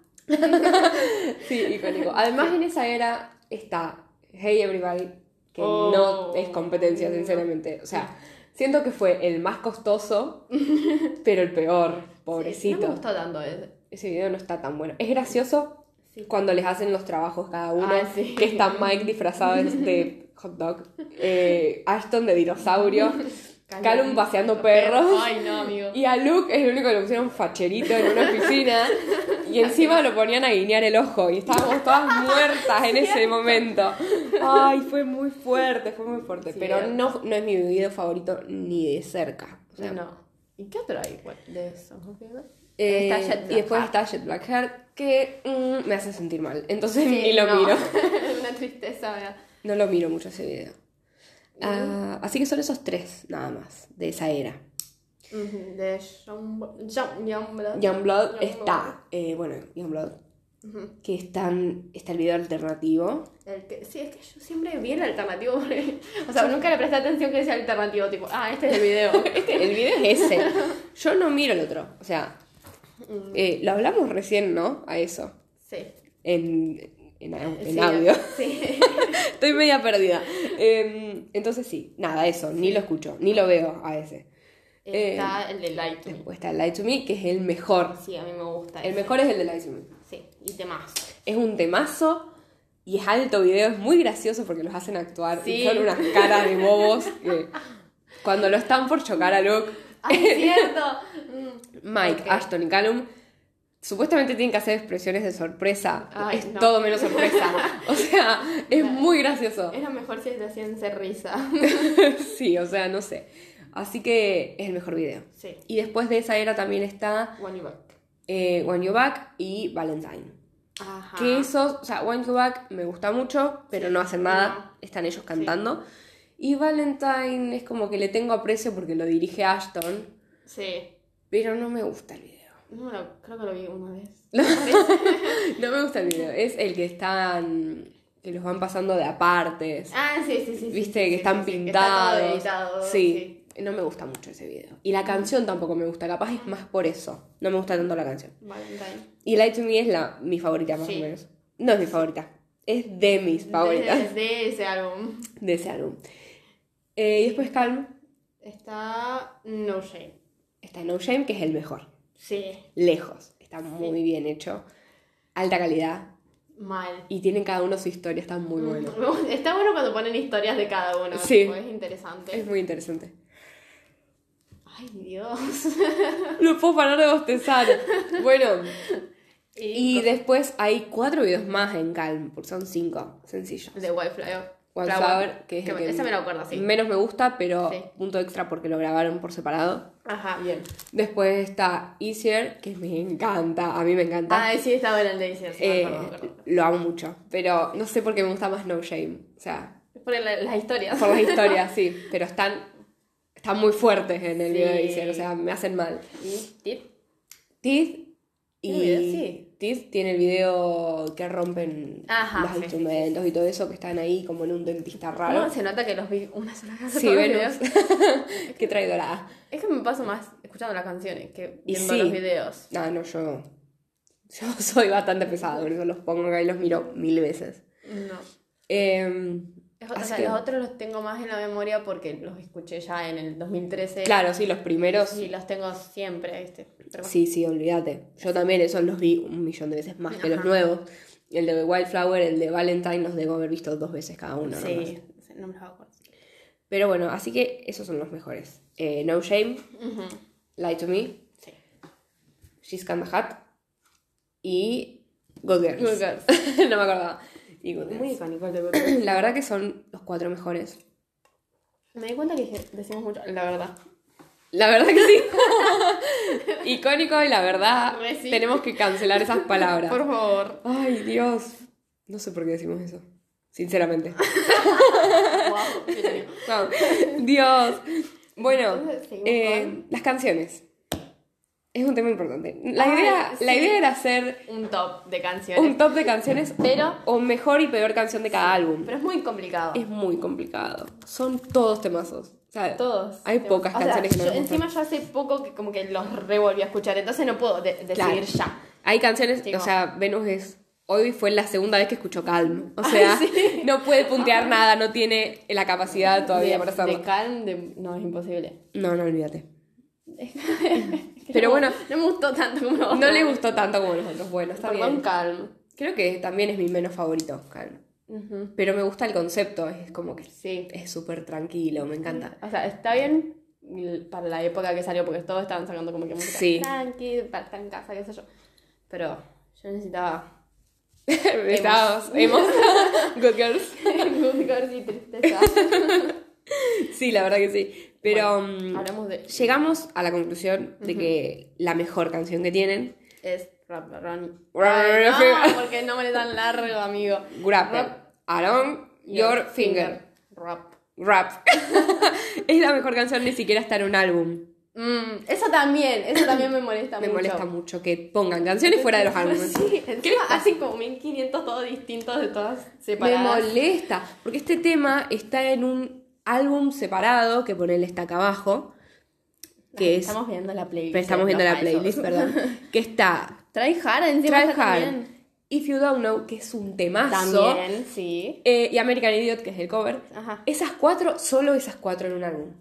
Speaker 1: Sí, icónico. Además, en esa era está Hey Everybody, que
Speaker 2: Oh.
Speaker 1: no es competencia,
Speaker 2: No.
Speaker 1: sinceramente. O sea, siento que fue el más
Speaker 2: [LAUGHS]
Speaker 1: costoso, pero el peor. Pobrecito.
Speaker 2: No me gustó tanto ese.
Speaker 1: Ese video no está tan bueno. Es gracioso
Speaker 2: Sí.
Speaker 1: cuando les hacen los trabajos cada uno.
Speaker 2: Ah, sí.
Speaker 1: Que está Mike disfrazado de- de hot dog, eh, Ashton de
Speaker 2: [LAUGHS]
Speaker 1: dinosaurio, Calum paseando perros.
Speaker 2: Ay, no, amigo.
Speaker 1: Y a Luke es el único que le pusieron facherito en una oficina y encima lo ponían a guiñar el ojo y estábamos todas muertas en ese momento. Ay, fue muy fuerte, fue muy fuerte.
Speaker 2: Sí,
Speaker 1: pero
Speaker 2: era.
Speaker 1: no, no es mi video favorito ni de cerca. O sea,
Speaker 2: no. ¿Y qué otro hay bueno, de eso? ¿No queda?
Speaker 1: eh,
Speaker 2: Está Jet
Speaker 1: y después
Speaker 2: Black.
Speaker 1: está Jet Black Heart que mm, me hace sentir mal. Entonces
Speaker 2: Sí,
Speaker 1: ni lo
Speaker 2: no. [LAUGHS]
Speaker 1: miro.
Speaker 2: una tristeza, ¿verdad?
Speaker 1: No lo miro mucho ese video. Ah, así que son esos tres nada más de esa era.
Speaker 2: Ujú, De John, John, John Blood.
Speaker 1: Youngblood
Speaker 2: Youngblood.
Speaker 1: está, eh, bueno, Youngblood
Speaker 2: Ujú.
Speaker 1: que están, está el video alternativo.
Speaker 2: El que- sí, es que yo siempre vi el alternativo. porque- [LAUGHS] O sea, nunca le presté atención que decía alternativo. Tipo, ah, este es el video.
Speaker 1: [LAUGHS] El video es [LAUGHS] ese. Yo no miro el otro. O sea, eh, lo hablamos recién, ¿no? A eso.
Speaker 2: sí.
Speaker 1: En, en, au- en
Speaker 2: Sí,
Speaker 1: audio.
Speaker 2: Sí.
Speaker 1: [LAUGHS] Estoy media perdida. Eh, entonces sí, nada, eso. Ni lo escucho, ni lo veo a ese. Eh,
Speaker 2: Está el de Light. Me.
Speaker 1: Después está el Light to Me, que es el mejor.
Speaker 2: Sí, a mí me gusta.
Speaker 1: El
Speaker 2: ese.
Speaker 1: mejor es el de Light to Me.
Speaker 2: Sí, y demás.
Speaker 1: Es un temazo y es alto video, es muy gracioso porque los hacen actuar y
Speaker 2: Sí.
Speaker 1: son unas caras de bobos. que cuando lo están por chocar a Luke,
Speaker 2: ¡Ay, es cierto! [LAUGHS] Mm.
Speaker 1: Mike,
Speaker 2: Ok.
Speaker 1: Ashton y Callum supuestamente tienen que hacer expresiones de sorpresa.
Speaker 2: Ay,
Speaker 1: es
Speaker 2: no.
Speaker 1: todo menos sorpresa.
Speaker 2: [LAUGHS]
Speaker 1: O sea, es muy gracioso.
Speaker 2: Era mejor si te hacían ser risa.
Speaker 1: Sí, o sea, no sé. Así que es el mejor video.
Speaker 2: [LAUGHS] Sí.
Speaker 1: Y después de esa era también está
Speaker 2: One You Back.
Speaker 1: eh, When You Back y Valentine.
Speaker 2: Ajá.
Speaker 1: Que esos, o sea, One You Back me gusta mucho, pero no hacen nada,
Speaker 2: No.
Speaker 1: están ellos cantando. Y Valentine es como que le tengo aprecio porque lo dirige Ashton,
Speaker 2: Sí.
Speaker 1: pero no me gusta el video. [LAUGHS]
Speaker 2: No, me lo- creo que lo vi una vez.
Speaker 1: No me gusta el video, es el que están, que los van pasando de apartes,
Speaker 2: Ah, sí, sí, sí. sí,
Speaker 1: viste,
Speaker 2: sí,
Speaker 1: que
Speaker 2: sí,
Speaker 1: están
Speaker 2: sí, sí, que está todo
Speaker 1: pintados.
Speaker 2: editado,
Speaker 1: sí, no me gusta mucho ese video. Y la canción tampoco me gusta, capaz es más por eso, no me gusta tanto la canción.
Speaker 2: sí. Valentine.
Speaker 1: Y Light to Me es la, mi favorita más
Speaker 2: Sí.
Speaker 1: o menos. No es mi favorita, es de mis favoritas.
Speaker 2: De, de ese álbum.
Speaker 1: de ese álbum. Eh, y después Calm
Speaker 2: Está No Shame.
Speaker 1: está No Shame, que es el mejor.
Speaker 2: Sí.
Speaker 1: Lejos. Está muy bien hecho. Alta calidad.
Speaker 2: Mal.
Speaker 1: Y tienen cada uno su historia, está muy bueno.
Speaker 2: [LAUGHS] Está bueno cuando ponen historias de cada uno.
Speaker 1: Sí. Eh.
Speaker 2: tipo, es interesante.
Speaker 1: Es muy interesante. [LAUGHS]
Speaker 2: Ay, Dios.
Speaker 1: No puedo parar de
Speaker 2: [LAUGHS]
Speaker 1: bostezar. Bueno,
Speaker 2: Y,
Speaker 1: y después hay cuatro videos más en Calm, porque son cinco sencillos.
Speaker 2: de Wildflower.
Speaker 1: Wallflower, que es el
Speaker 2: me-
Speaker 1: que
Speaker 2: Esa me lo acuerdo, sí.
Speaker 1: menos me gusta, pero
Speaker 2: Sí.
Speaker 1: punto extra porque lo grabaron por separado.
Speaker 2: Ajá, bien.
Speaker 1: Después está Easier, que me encanta, a mí me encanta.
Speaker 2: Ay, Ah, sí, está bueno el de Disney. Sí, me
Speaker 1: Eh,
Speaker 2: acuerdo, me acuerdo.
Speaker 1: lo amo mucho, pero no sé por qué me gusta más No Shame. O sea,
Speaker 2: Por la- las historias.
Speaker 1: por las historias, sí, pero están, están muy fuertes en el
Speaker 2: Sí.
Speaker 1: video de Easier, o sea, me hacen mal.
Speaker 2: [LAUGHS] Y tip.
Speaker 1: Teeth y
Speaker 2: ¿Tiene video? Sí.
Speaker 1: Teeth tiene el video que rompen
Speaker 2: Ajá,
Speaker 1: los
Speaker 2: sí, sí, Ah,
Speaker 1: instrumentos y todo eso que están ahí como en un dentista
Speaker 2: ¿Cómo
Speaker 1: raro.
Speaker 2: se nota que los vi una sola vez?
Speaker 1: Sí,
Speaker 2: todos los
Speaker 1: Venus.
Speaker 2: videos?
Speaker 1: qué traidora.
Speaker 2: Es que me paso más escuchando las canciones que
Speaker 1: Y
Speaker 2: viendo
Speaker 1: sí.
Speaker 2: los videos.
Speaker 1: No, no, yo. Yo [LAUGHS] soy bastante pesado, por eso los pongo acá y los miro mil veces.
Speaker 2: No.
Speaker 1: Em,
Speaker 2: Es- o
Speaker 1: así
Speaker 2: sea,
Speaker 1: que-
Speaker 2: los otros los tengo más en la memoria porque los escuché ya en el 2013.
Speaker 1: claro, sí, los primeros
Speaker 2: Y los tengo siempre, ¿viste? Pero
Speaker 1: Sí, sí, olvídate. Yo también esos los vi un millón de veces más que los
Speaker 2: Ajá.
Speaker 1: nuevos. El de Wildflower, el de Valentine, los debo haber visto dos veces cada uno. nomás.
Speaker 2: sí, no me los acuerdo.
Speaker 1: Pero bueno, así que esos son los mejores. Eh, no Shame,
Speaker 2: Ujú,
Speaker 1: Lie to Me,
Speaker 2: Sí.
Speaker 1: She's Kinda Hot y Good Girls.
Speaker 2: Good Girls.
Speaker 1: [LAUGHS] no me acordaba. Y Good
Speaker 2: Muy
Speaker 1: Girls.
Speaker 2: icónico el de
Speaker 1: La verdad que son los cuatro mejores.
Speaker 2: Me di cuenta que decimos mucho, la verdad.
Speaker 1: La verdad que
Speaker 2: [LAUGHS]
Speaker 1: sí. Icónico y la verdad
Speaker 2: Re sí.
Speaker 1: tenemos que cancelar esas palabras. [LAUGHS]
Speaker 2: Por favor.
Speaker 1: Ay, Dios. No sé por qué decimos eso. Sinceramente.
Speaker 2: Wow, qué genio.
Speaker 1: No, Dios. Bueno,
Speaker 2: Entonces, seguimos
Speaker 1: eh,
Speaker 2: con-
Speaker 1: las canciones. Es un tema importante. La
Speaker 2: Ay,
Speaker 1: idea, la
Speaker 2: sí.
Speaker 1: idea era hacer
Speaker 2: un top de canciones.
Speaker 1: un top de canciones,
Speaker 2: Pero-
Speaker 1: o mejor y peor canción de cada álbum.
Speaker 2: Pero es muy complicado.
Speaker 1: Es muy complicado. Son todos temazos. O sea,
Speaker 2: Todos.
Speaker 1: Hay
Speaker 2: Tenemos-
Speaker 1: pocas
Speaker 2: o sea,
Speaker 1: canciones que no
Speaker 2: yo-
Speaker 1: me gustan.
Speaker 2: Encima yo hace poco que como que los revolví a escuchar, entonces no puedo de- decidir
Speaker 1: Claro.
Speaker 2: ya.
Speaker 1: Hay canciones,
Speaker 2: Digo-
Speaker 1: o sea, Venus es. Hoy fue la segunda vez que escuchó Calm. O sea, no puede puntear nada, no tiene la capacidad todavía
Speaker 2: de,
Speaker 1: para
Speaker 2: de
Speaker 1: hacerlo.
Speaker 2: Calm, de- no, es imposible.
Speaker 1: No, no olvídate.
Speaker 2: No,
Speaker 1: Pero bueno,
Speaker 2: No me gustó tanto como
Speaker 1: no le gustó tanto como los otros. Bueno, está
Speaker 2: Perdón,
Speaker 1: bien.
Speaker 2: Calm.
Speaker 1: Creo que también es mi menos favorito, Calm.
Speaker 2: Ujú.
Speaker 1: Pero me gusta el concepto, es como que
Speaker 2: Sí.
Speaker 1: es súper tranquilo, me
Speaker 2: [LAUGHS]
Speaker 1: encanta.
Speaker 2: O sea, está bien para la época que salió, porque todos estaban sacando como que música
Speaker 1: Sí.
Speaker 2: tranqui, para estar en casa, qué sé yo. Pero yo necesitaba [LAUGHS]
Speaker 1: Estábamos, hemos. Good girls.
Speaker 2: Gurgors y tristeza.
Speaker 1: [LAUGHS] Sí, la verdad que sí. Pero mm,
Speaker 2: Hablamos de...
Speaker 1: llegamos a la conclusión de que la mejor canción que tienen,
Speaker 2: Es rap, Ronnie.
Speaker 1: Ay, [LAUGHS]
Speaker 2: no, porque no me le dan largo, amigo.
Speaker 1: Grapple, Around Your Finger,
Speaker 2: Rap.
Speaker 1: Rap. [LAUGHS] es la mejor canción, ni siquiera está en un álbum.
Speaker 2: Mm, eso también, eso también [LAUGHS] me molesta
Speaker 1: Me
Speaker 2: mucho.
Speaker 1: molesta mucho que pongan canciones fuera
Speaker 2: [LAUGHS]
Speaker 1: de los álbumes.
Speaker 2: Sí, encima hacen como 1500 todos distintos de todas
Speaker 1: Me
Speaker 2: separadas.
Speaker 1: molesta, porque este tema está en un álbum separado, que ponele está acá abajo, que es...
Speaker 2: Estamos viendo la playlist.
Speaker 1: Estamos viendo
Speaker 2: los
Speaker 1: la playlist,
Speaker 2: falsos.
Speaker 1: perdón.
Speaker 2: [LAUGHS]
Speaker 1: Que está
Speaker 2: Try Hard encima
Speaker 1: Try
Speaker 2: está
Speaker 1: Hard,
Speaker 2: también.
Speaker 1: If You Don't Know, que es un
Speaker 2: Ah,
Speaker 1: temazo,
Speaker 2: También, sí.
Speaker 1: eh, y American Idiot, que es el cover.
Speaker 2: Ajá.
Speaker 1: Esas cuatro, solo esas cuatro en un álbum.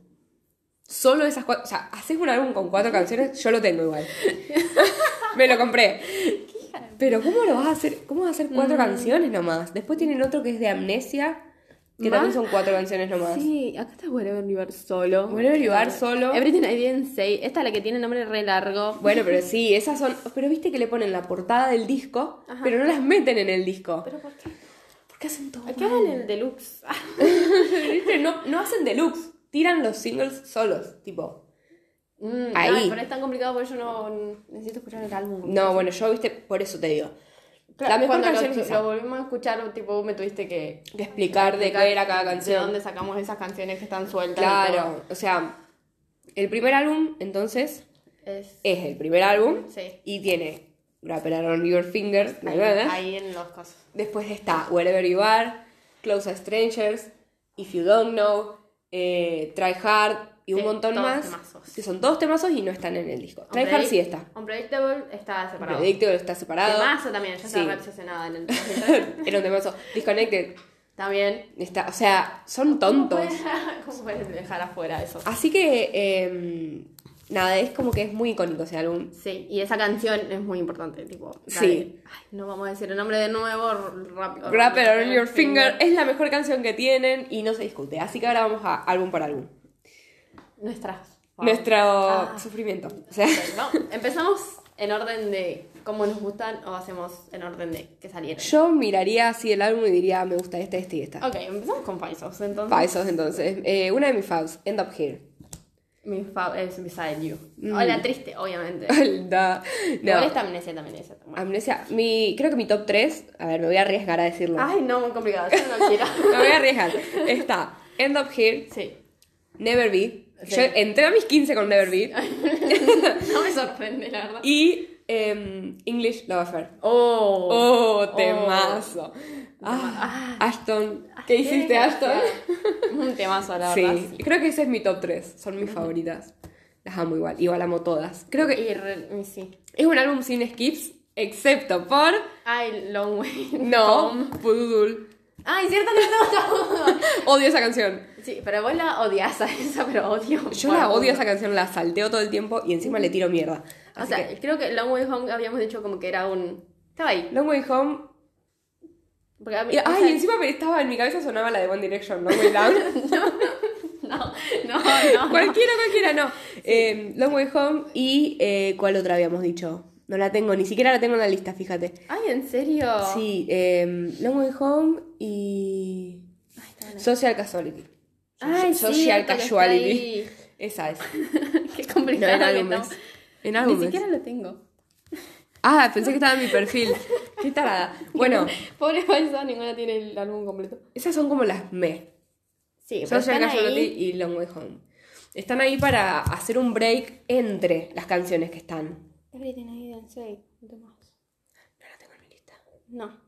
Speaker 1: Solo esas cuatro. O sea, haces un álbum con cuatro canciones, yo lo tengo [LAUGHS] igual. Me lo compré. Mm. Pero ¿cómo lo vas a hacer? ¿Cómo vas a hacer cuatro canciones nomás? Después tienen otro que es de Amnesia. Que
Speaker 2: Más-
Speaker 1: también son cuatro canciones nomás.
Speaker 2: Sí, acá está Wherever You Are solo.
Speaker 1: Wherever You Are solo.
Speaker 2: Everything I Didn't Say. Esta es la que tiene nombre re largo.
Speaker 1: Bueno, pero sí, esas son. Pero viste que le ponen la portada del disco,
Speaker 2: Ajá.
Speaker 1: pero no las meten en el disco.
Speaker 2: ¿Pero por qué?
Speaker 1: ¿Por qué hacen todo?
Speaker 2: Acá en el deluxe.
Speaker 1: ¿Viste? No, no hacen deluxe, tiran los singles solos, tipo.
Speaker 2: Mm,
Speaker 1: Ahí.
Speaker 2: ay, pero es tan complicado porque yo no necesito escuchar el álbum.
Speaker 1: No, bueno, yo, viste, por eso te digo.
Speaker 2: Claro,
Speaker 1: la mejor
Speaker 2: cuando
Speaker 1: canción es
Speaker 2: lo,
Speaker 1: esa.
Speaker 2: lo volvimos a escuchar, tipo, me tuviste que
Speaker 1: Que explicar de qué era cada canción.
Speaker 2: de dónde sacamos esas canciones que están sueltas. y todo.
Speaker 1: Claro, o sea, el primer álbum, entonces,
Speaker 2: Es,
Speaker 1: es el primer álbum
Speaker 2: sí.
Speaker 1: y tiene Rapper on Your Finger,
Speaker 2: Ahí,
Speaker 1: ¿verdad? ¿eh?
Speaker 2: ahí en los casos.
Speaker 1: Después está Wherever You Are, Close a Strangers, If You Don't Know, eh, Try Hard y un
Speaker 2: Sí,
Speaker 1: montón
Speaker 2: todos
Speaker 1: más.
Speaker 2: temazos.
Speaker 1: Que son todos temazos y no están en el disco. Try Hard
Speaker 2: Unpredict-
Speaker 1: sí está.
Speaker 2: Unpredictable está separado.
Speaker 1: Predictable está separado.
Speaker 2: Temazo también, yo estaba
Speaker 1: Sí.
Speaker 2: re
Speaker 1: [LAUGHS]
Speaker 2: obsesionada en el 2013.
Speaker 1: Era un temazo. Disconnected
Speaker 2: También.
Speaker 1: está. O sea, son tontos.
Speaker 2: [LAUGHS]
Speaker 1: Ah.
Speaker 2: ¿Cómo puedes dejar afuera eso?
Speaker 1: Así que, eh, nada, es como que es muy icónico ese álbum.
Speaker 2: Sí, y esa canción es muy importante, tipo. la
Speaker 1: Sí.
Speaker 2: de- ay, no vamos a decir el nombre de nuevo. Rap,
Speaker 1: Rapper on Your Finger es la mejor canción que tienen y no se discute. Así que ahora vamos a álbum por álbum.
Speaker 2: Nuestras.
Speaker 1: Nuestro
Speaker 2: Ah.
Speaker 1: sufrimiento. O sea, [LAUGHS]
Speaker 2: No, empezamos en orden de cómo nos gustan o hacemos en orden de que salieron.
Speaker 1: yo miraría así el álbum y diría, me gusta este, este y esta.
Speaker 2: Ok, empezamos con Paisos, entonces.
Speaker 1: Paisos, entonces. Eh, una de mis faves, End Up Here. [LAUGHS]
Speaker 2: Mi fav es Beside You.
Speaker 1: Mm.
Speaker 2: Hola, triste,
Speaker 1: [LAUGHS]
Speaker 2: obviamente.
Speaker 1: Da.
Speaker 2: No.
Speaker 1: no.
Speaker 2: esta amnesia también es esa. Bueno.
Speaker 1: Amnesia, mi, creo que mi top 3, a ver, me voy a arriesgar a decirlo.
Speaker 2: Ay, no, muy complicado, yo no quiero.
Speaker 1: [LAUGHS] Me voy a arriesgar. Está End Up Here,
Speaker 2: sí.
Speaker 1: Never Be.
Speaker 2: Sí.
Speaker 1: Yo entré a mis 15 con Never Be.
Speaker 2: No me sorprende, la verdad.
Speaker 1: Y em, English Love Affair.
Speaker 2: Oh.
Speaker 1: Oh, temazo. Ah, Ashton. ¿Qué hiciste, Ashton?
Speaker 2: [LAUGHS] Un temazo, la verdad.
Speaker 1: Sí, creo que ese es mi top 3. Son mis favoritas. Las amo igual. Igual amo todas. Creo que
Speaker 2: Y re- sí.
Speaker 1: es un álbum sin skips, excepto por.
Speaker 2: Ay, Long Way.
Speaker 1: No, Pududul.
Speaker 2: [LAUGHS] Ay, cierto, cierto.
Speaker 1: Odio esa canción.
Speaker 2: sí, pero vos la odias a esa, pero odio.
Speaker 1: Yo la odio esa canción, la salteo todo el tiempo y encima le tiro mierda.
Speaker 2: O
Speaker 1: Así
Speaker 2: sea,
Speaker 1: que,
Speaker 2: creo que Long Way Home habíamos dicho como que era un. Estaba ahí.
Speaker 1: Long Way Home.
Speaker 2: Porque a mí-
Speaker 1: y-
Speaker 2: o
Speaker 1: ay,
Speaker 2: sea,
Speaker 1: encima me estaba en mi cabeza sonaba la de One Direction, Long Way Down.
Speaker 2: [LAUGHS] No,
Speaker 1: [LAUGHS]
Speaker 2: no, no.
Speaker 1: cualquiera, cualquiera, no. Eh, Long Way Home y eh, ¿cuál otra habíamos dicho? No la tengo, ni siquiera la tengo en la lista, fíjate.
Speaker 2: Ay, ¿en serio?
Speaker 1: Sí, eh, Long Way Home y
Speaker 2: Ay, está bien.
Speaker 1: Social Casuality.
Speaker 2: Ay, sí,
Speaker 1: Social
Speaker 2: ahorita que está
Speaker 1: Casuality.
Speaker 2: ahí.
Speaker 1: Esa es.
Speaker 2: [LAUGHS] Qué
Speaker 1: No,
Speaker 2: complicado.
Speaker 1: en
Speaker 2: que
Speaker 1: álbumes.
Speaker 2: estamos.
Speaker 1: En
Speaker 2: Ni
Speaker 1: álbumes.
Speaker 2: siquiera lo tengo.
Speaker 1: Ah, pensé que estaba en mi
Speaker 2: [LAUGHS]
Speaker 1: perfil. Qué tarada. Bueno,
Speaker 2: Pobre Paisa, ninguna tiene el álbum completo.
Speaker 1: esas son como las me.
Speaker 2: Sí, pero
Speaker 1: Social
Speaker 2: están
Speaker 1: Casuality
Speaker 2: ahí.
Speaker 1: y Long Way Home. Están ahí para hacer un break entre las canciones que están. No
Speaker 2: Everything I Didn't Say, un temazo.
Speaker 1: la tengo en mi lista.
Speaker 2: No. ¿A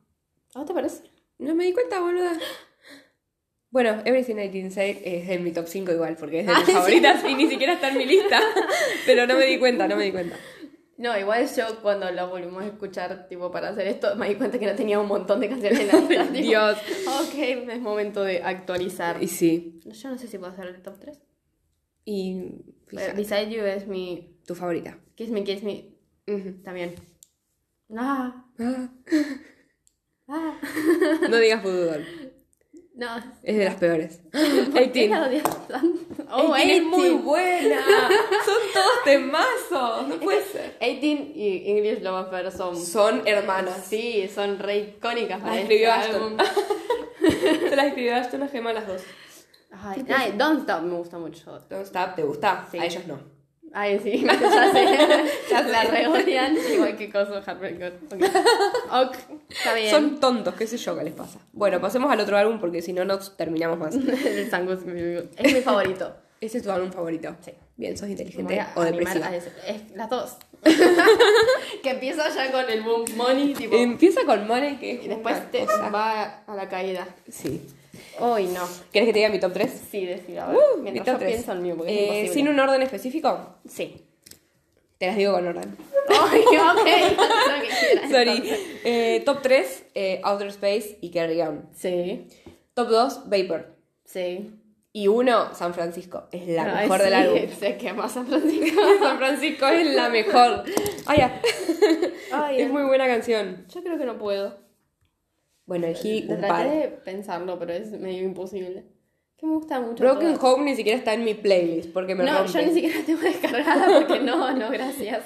Speaker 2: vos te parece?
Speaker 1: No me di cuenta, boluda. Bueno, Everything I Didn't Say es en mi top 5 igual, porque es de
Speaker 2: Ah,
Speaker 1: mis
Speaker 2: ¿sí?
Speaker 1: favoritas y ni siquiera está en mi [LAUGHS] lista. Pero no me di cuenta, no me di cuenta.
Speaker 2: No, igual yo cuando lo volvimos a escuchar, tipo, para hacer esto, me di cuenta que no tenía un montón de canciones en la
Speaker 1: [LAUGHS]
Speaker 2: lista. tipo,
Speaker 1: Dios.
Speaker 2: Ok, es momento de actualizar.
Speaker 1: Y sí.
Speaker 2: Yo no sé si puedo hacer el top 3.
Speaker 1: Y
Speaker 2: Pero
Speaker 1: fíjate,
Speaker 2: Beside You es mi...
Speaker 1: tu favorita.
Speaker 2: Kiss Me, Kiss Me,
Speaker 1: Ujú.
Speaker 2: también. Ah,
Speaker 1: Ah,
Speaker 2: ah.
Speaker 1: No digas fútbol.
Speaker 2: No.
Speaker 1: Es de las [LAUGHS] peores.
Speaker 2: ¿Por qué
Speaker 1: 18.
Speaker 2: la odias tanto? Oh,
Speaker 1: 18 es
Speaker 2: 18.
Speaker 1: muy buena. [LAUGHS] Son todos temazos. No puede ser.
Speaker 2: 18 y English Love Affair son...
Speaker 1: Son hermanas.
Speaker 2: Sí, son re icónicas para
Speaker 1: Las escribió
Speaker 2: este
Speaker 1: Ashton.
Speaker 2: álbum.
Speaker 1: [LAUGHS] Se las escribió Ashton las gemas las dos.
Speaker 2: Ay, ay, Don't Stop me gusta mucho.
Speaker 1: Don't Stop, ¿te gusta?
Speaker 2: Sí.
Speaker 1: A ellos no.
Speaker 2: Ay, sí, [LAUGHS] ya sé. ya la reodian. Igual que Coso Heartbreaker. Ok. Ok, está bien.
Speaker 1: Son tontos, qué sé yo qué les pasa. Bueno, pasemos al otro álbum porque si no, no terminamos más. [LAUGHS]
Speaker 2: El Sangus es mi- es mi favorito.
Speaker 1: ¿Ese es tu álbum favorito?
Speaker 2: Sí.
Speaker 1: Bien, sos
Speaker 2: Me
Speaker 1: inteligente
Speaker 2: voy a
Speaker 1: o
Speaker 2: animar
Speaker 1: depresiva.
Speaker 2: a ese- es- las
Speaker 1: [LAUGHS]
Speaker 2: dos. que empieza ya con el boom money, tipo.
Speaker 1: Empieza con Money, que es
Speaker 2: y después
Speaker 1: una
Speaker 2: te
Speaker 1: cosa-
Speaker 2: va a la caída.
Speaker 1: Sí.
Speaker 2: Uy, no.
Speaker 1: ¿Quieres que te diga mi top 3?
Speaker 2: Sí, decir, a ver.
Speaker 1: Uh,
Speaker 2: mientras yo pienso en mío, porque es
Speaker 1: Eh, ¿Sin
Speaker 2: imposible.
Speaker 1: un orden específico? [LAUGHS]
Speaker 2: Sí.
Speaker 1: Te las digo con
Speaker 2: [LAUGHS]
Speaker 1: orden.
Speaker 2: Ay, ok. lo que quieras,
Speaker 1: [LAUGHS] Sorry.
Speaker 2: entonces.
Speaker 1: Eh, top 3, Outer Space y Carry On.
Speaker 2: Sí,
Speaker 1: Top 2, Vapor.
Speaker 2: sí.
Speaker 1: Y 1, San Francisco. Es la
Speaker 2: Ay,
Speaker 1: mejor del
Speaker 2: sí, [LAUGHS]
Speaker 1: álbum. [LAUGHS]
Speaker 2: Se quema San Francisco.
Speaker 1: San Francisco es la mejor. Ay, ya.
Speaker 2: Ay,
Speaker 1: es muy buena canción.
Speaker 2: Yo creo que no puedo.
Speaker 1: Bueno, elegí
Speaker 2: Traté
Speaker 1: un par.
Speaker 2: de pensarlo, pero es medio imposible. Que me gusta mucho.
Speaker 1: Broken
Speaker 2: todo.
Speaker 1: Home ni siquiera está en mi playlist porque me
Speaker 2: No,
Speaker 1: rompe.
Speaker 2: yo ni siquiera la tengo descargada porque no, no, gracias.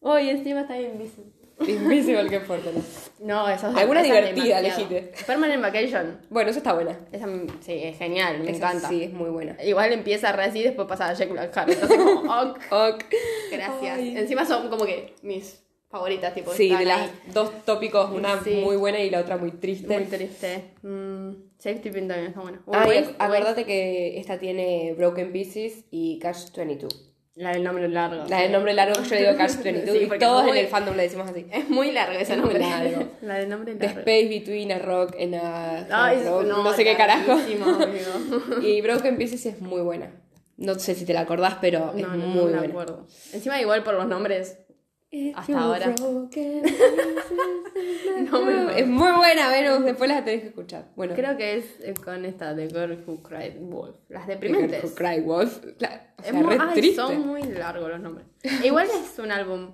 Speaker 2: Hoy encima está bien bici.
Speaker 1: [LAUGHS] Invisible, qué fuerte. ¿no?
Speaker 2: No, eso es
Speaker 1: Alguna
Speaker 2: esa es
Speaker 1: divertida,
Speaker 2: demasiado.
Speaker 1: elegite.
Speaker 2: Permanent Vacation.
Speaker 1: Bueno, esa está buena.
Speaker 2: Esa m- sí, es genial, me
Speaker 1: Esa
Speaker 2: encanta.
Speaker 1: Sí, es muy buena.
Speaker 2: Igual empieza re así y después pasa a Jack Black Harry.
Speaker 1: [LAUGHS]
Speaker 2: Entonces, como, ok,
Speaker 1: Ok.
Speaker 2: gracias.
Speaker 1: Ay.
Speaker 2: Encima son como que mis favoritas, tipo.
Speaker 1: Sí,
Speaker 2: están
Speaker 1: de
Speaker 2: ahí.
Speaker 1: las dos tópicos, una
Speaker 2: Sí.
Speaker 1: muy buena y la otra muy triste.
Speaker 2: Muy triste. Mm, safety Pin también está buena.
Speaker 1: Ah, y
Speaker 2: Always,
Speaker 1: ac-
Speaker 2: Always.
Speaker 1: acordate que esta tiene Broken Pieces y Cash 22.
Speaker 2: La del nombre largo.
Speaker 1: La del nombre largo yo digo
Speaker 2: [LAUGHS]
Speaker 1: Cash 22
Speaker 2: Sí,
Speaker 1: y
Speaker 2: porque
Speaker 1: todos
Speaker 2: es muy-
Speaker 1: en el fandom le decimos así.
Speaker 2: Es muy largo ese
Speaker 1: Es muy
Speaker 2: nombre.
Speaker 1: largo.
Speaker 2: [LAUGHS] La del nombre
Speaker 1: The
Speaker 2: largo.
Speaker 1: Space Between a Rock and a...
Speaker 2: Ay,
Speaker 1: rock, no, sé qué carajo. [LAUGHS]
Speaker 2: larguísimo, amigo.
Speaker 1: Y Broken Pieces es muy buena. No sé si te la acordás, pero es
Speaker 2: No, no,
Speaker 1: muy
Speaker 2: no me
Speaker 1: buena.
Speaker 2: acuerdo. Encima igual por
Speaker 1: [LAUGHS]
Speaker 2: los nombres. Hasta
Speaker 1: You're
Speaker 2: ahora.
Speaker 1: broken.
Speaker 2: No me acuerdo.
Speaker 1: es muy buena, Venus. Después la tenés que escuchar. Bueno,
Speaker 2: Creo que es eh, con esta, The Girl Who Cried Wolf. Las
Speaker 1: The Girl [LAUGHS]
Speaker 2: deprimentes.
Speaker 1: Who Cried Wolf. la- o
Speaker 2: Es
Speaker 1: sea,
Speaker 2: muy,
Speaker 1: re
Speaker 2: ay,
Speaker 1: triste.
Speaker 2: son muy largos los nombres. E Igual es un álbum,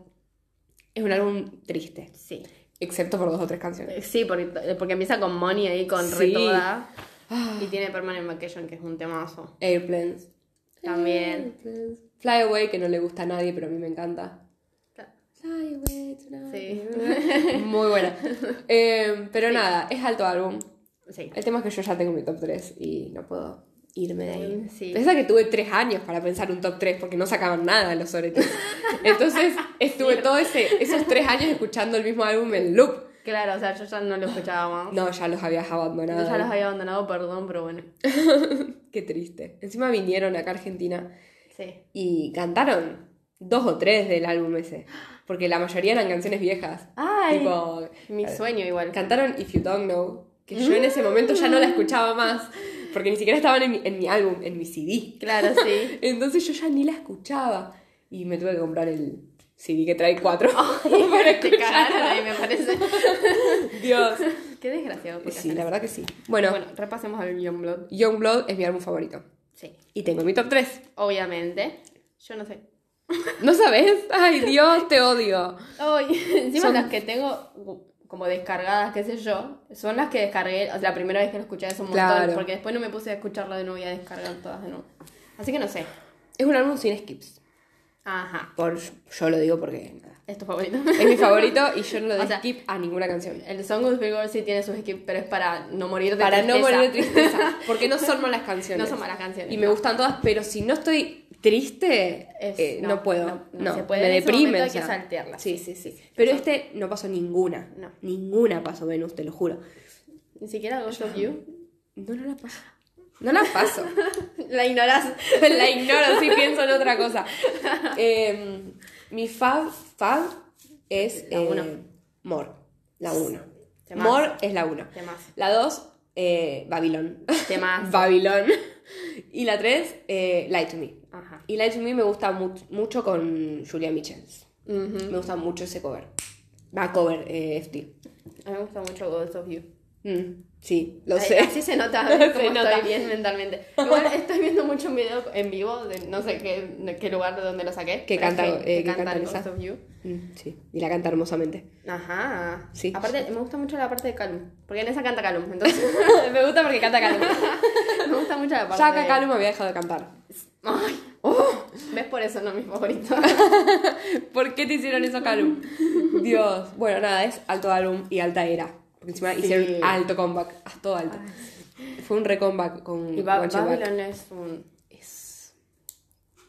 Speaker 1: Es un álbum triste,
Speaker 2: sí.
Speaker 1: excepto por dos o tres canciones.
Speaker 2: Eh, Sí, porque, porque empieza con Money ahí, con
Speaker 1: Sí.
Speaker 2: Re Toda.
Speaker 1: Ah.
Speaker 2: Y tiene Permanent Vacation, que es un temazo.
Speaker 1: Airplanes.
Speaker 2: También.
Speaker 1: Airplanes. Fly Away, que no le gusta a nadie, pero a mí me
Speaker 2: [LAUGHS]
Speaker 1: encanta. Fly Away
Speaker 2: Sí.
Speaker 1: tonight. Muy
Speaker 2: [LAUGHS]
Speaker 1: buena. Eh, pero nada, es alto álbum.
Speaker 2: Sí.
Speaker 1: El tema es que yo ya tengo mi top 3 y no puedo irme de ahí.
Speaker 2: Sí.
Speaker 1: Pensá que tuve 3 años para pensar un top 3 porque no sacaban nada los soretes.
Speaker 2: [LAUGHS]
Speaker 1: Entonces estuve todos esos 3 años escuchando el mismo álbum en loop.
Speaker 2: Claro, o sea, yo ya no lo escuchaba más.
Speaker 1: No, ya los habías abandonado.
Speaker 2: Yo ya los había abandonado, perdón, pero bueno.
Speaker 1: Qué triste. Encima vinieron acá a Argentina
Speaker 2: Sí.
Speaker 1: y cantaron dos o tres del álbum ese. Porque la mayoría eran canciones viejas.
Speaker 2: Ay.
Speaker 1: Tipo, eh,
Speaker 2: Mi sueño igual.
Speaker 1: cantaron If You Don't Know, que yo en
Speaker 2: Mm.
Speaker 1: ese momento ya no la escuchaba más. Porque ni siquiera estaban en mi, en mi álbum, en mi CD.
Speaker 2: Claro, sí.
Speaker 1: Entonces yo ya ni la escuchaba. Y me tuve que comprar el CD que trae cuatro. [LAUGHS] para
Speaker 2: [LAUGHS] Te cagaron
Speaker 1: escuchar.
Speaker 2: ahí, me parece.
Speaker 1: Dios.
Speaker 2: [LAUGHS] Qué desgraciado. porque
Speaker 1: Sí,
Speaker 2: hacen
Speaker 1: la
Speaker 2: eso.
Speaker 1: verdad que sí. Bueno,
Speaker 2: Bueno, repasemos al Youngblood.
Speaker 1: Youngblood es mi álbum favorito.
Speaker 2: Sí.
Speaker 1: Y tengo mi top 3.
Speaker 2: Obviamente. Yo no sé.
Speaker 1: [LAUGHS] ¿No sabes? Ay, Dios, te odio.
Speaker 2: Ay, [LAUGHS] encima
Speaker 1: Son-
Speaker 2: las que tengo u- como descargadas, qué sé yo, son las que descargué, o sea, la primera vez que lo escuché es un montón,
Speaker 1: Claro.
Speaker 2: porque después no me puse a escucharlo de nuevo y a descargar todas de nuevo. Así que no sé.
Speaker 1: Es un álbum sin skips.
Speaker 2: Ajá.
Speaker 1: Por, yo lo digo porque nada.
Speaker 2: Es tu
Speaker 1: [LAUGHS]
Speaker 2: favorito. [LAUGHS]
Speaker 1: Es mi favorito y yo no le doy
Speaker 2: O sea,
Speaker 1: skip a ninguna canción.
Speaker 2: El Song of Big Girl sí tiene sus skips, pero es para no morir de
Speaker 1: Para no
Speaker 2: tristeza.
Speaker 1: morir de
Speaker 2: [LAUGHS]
Speaker 1: tristeza. Porque no son malas canciones.
Speaker 2: No son malas canciones,
Speaker 1: Y me
Speaker 2: no.
Speaker 1: gustan todas, pero si no estoy triste,
Speaker 2: Es-
Speaker 1: eh, no,
Speaker 2: no,
Speaker 1: puedo.
Speaker 2: no,
Speaker 1: No,
Speaker 2: no se puede.
Speaker 1: Me
Speaker 2: En ese
Speaker 1: deprime.
Speaker 2: momento hay
Speaker 1: o sea.
Speaker 2: que saltearlas.
Speaker 1: Sí, sí, sí. Pero este no pasó ninguna.
Speaker 2: No.
Speaker 1: Ninguna pasó Venus, te lo juro.
Speaker 2: Ni siquiera Ghost of
Speaker 1: [LAUGHS]
Speaker 2: You.
Speaker 1: No, no la paso. No la
Speaker 2: [LAUGHS]
Speaker 1: paso.
Speaker 2: La ignorás.
Speaker 1: [LAUGHS] la ignoro si pienso en otra cosa. Eh, mi fab, fab es
Speaker 2: La
Speaker 1: eh,
Speaker 2: uno.
Speaker 1: More, la 1.
Speaker 2: Temazo.
Speaker 1: More es la 1.
Speaker 2: Temazo.
Speaker 1: La 2, eh, Babilón. [LAUGHS]
Speaker 2: Temazo.
Speaker 1: Babilón. Y la 3, eh, Lie to Me.
Speaker 2: Ajá.
Speaker 1: Y Lie to Me me gusta mu- mucho con Julia Michels.
Speaker 2: Ujú.
Speaker 1: Me gusta mucho ese cover. Va, cover, eh, FT.
Speaker 2: A mí me gusta mucho Ghost of You.
Speaker 1: Mm, sí, lo
Speaker 2: Ay,
Speaker 1: sé.
Speaker 2: Así se nota
Speaker 1: Se
Speaker 2: cómo
Speaker 1: nota.
Speaker 2: estoy bien mentalmente. Igual estoy viendo mucho un video en vivo de no sé qué, de qué lugar de donde lo saqué.
Speaker 1: Que
Speaker 2: pero
Speaker 1: canta-
Speaker 2: es
Speaker 1: eh, que
Speaker 2: canta
Speaker 1: canta
Speaker 2: Ghost
Speaker 1: Lisa.
Speaker 2: of You.
Speaker 1: [LAUGHS] Mm, sí, y la canta hermosamente.
Speaker 2: Ajá.
Speaker 1: Sí.
Speaker 2: Aparte, me gusta mucho la parte de Calum. Porque en esa canta Calum.
Speaker 1: [LAUGHS]
Speaker 2: Entonces,
Speaker 1: me gusta porque canta [LAUGHS] Calum.
Speaker 2: me gusta mucho la parte
Speaker 1: Ya que
Speaker 2: de-
Speaker 1: Calum había dejado de cantar.
Speaker 2: Ay. ¿Ves por eso no es
Speaker 1: [LAUGHS]
Speaker 2: mi favorito?
Speaker 1: ¿Por qué te hicieron eso,
Speaker 2: [LAUGHS]
Speaker 1: Calum? Dios. Bueno, nada, es alto álbum y alta era. Porque encima
Speaker 2: Sí.
Speaker 1: hicieron alto comeback, haz todo alto. Fue un recomeback con
Speaker 2: y Ba-
Speaker 1: One Chill Back.
Speaker 2: Babylon es un.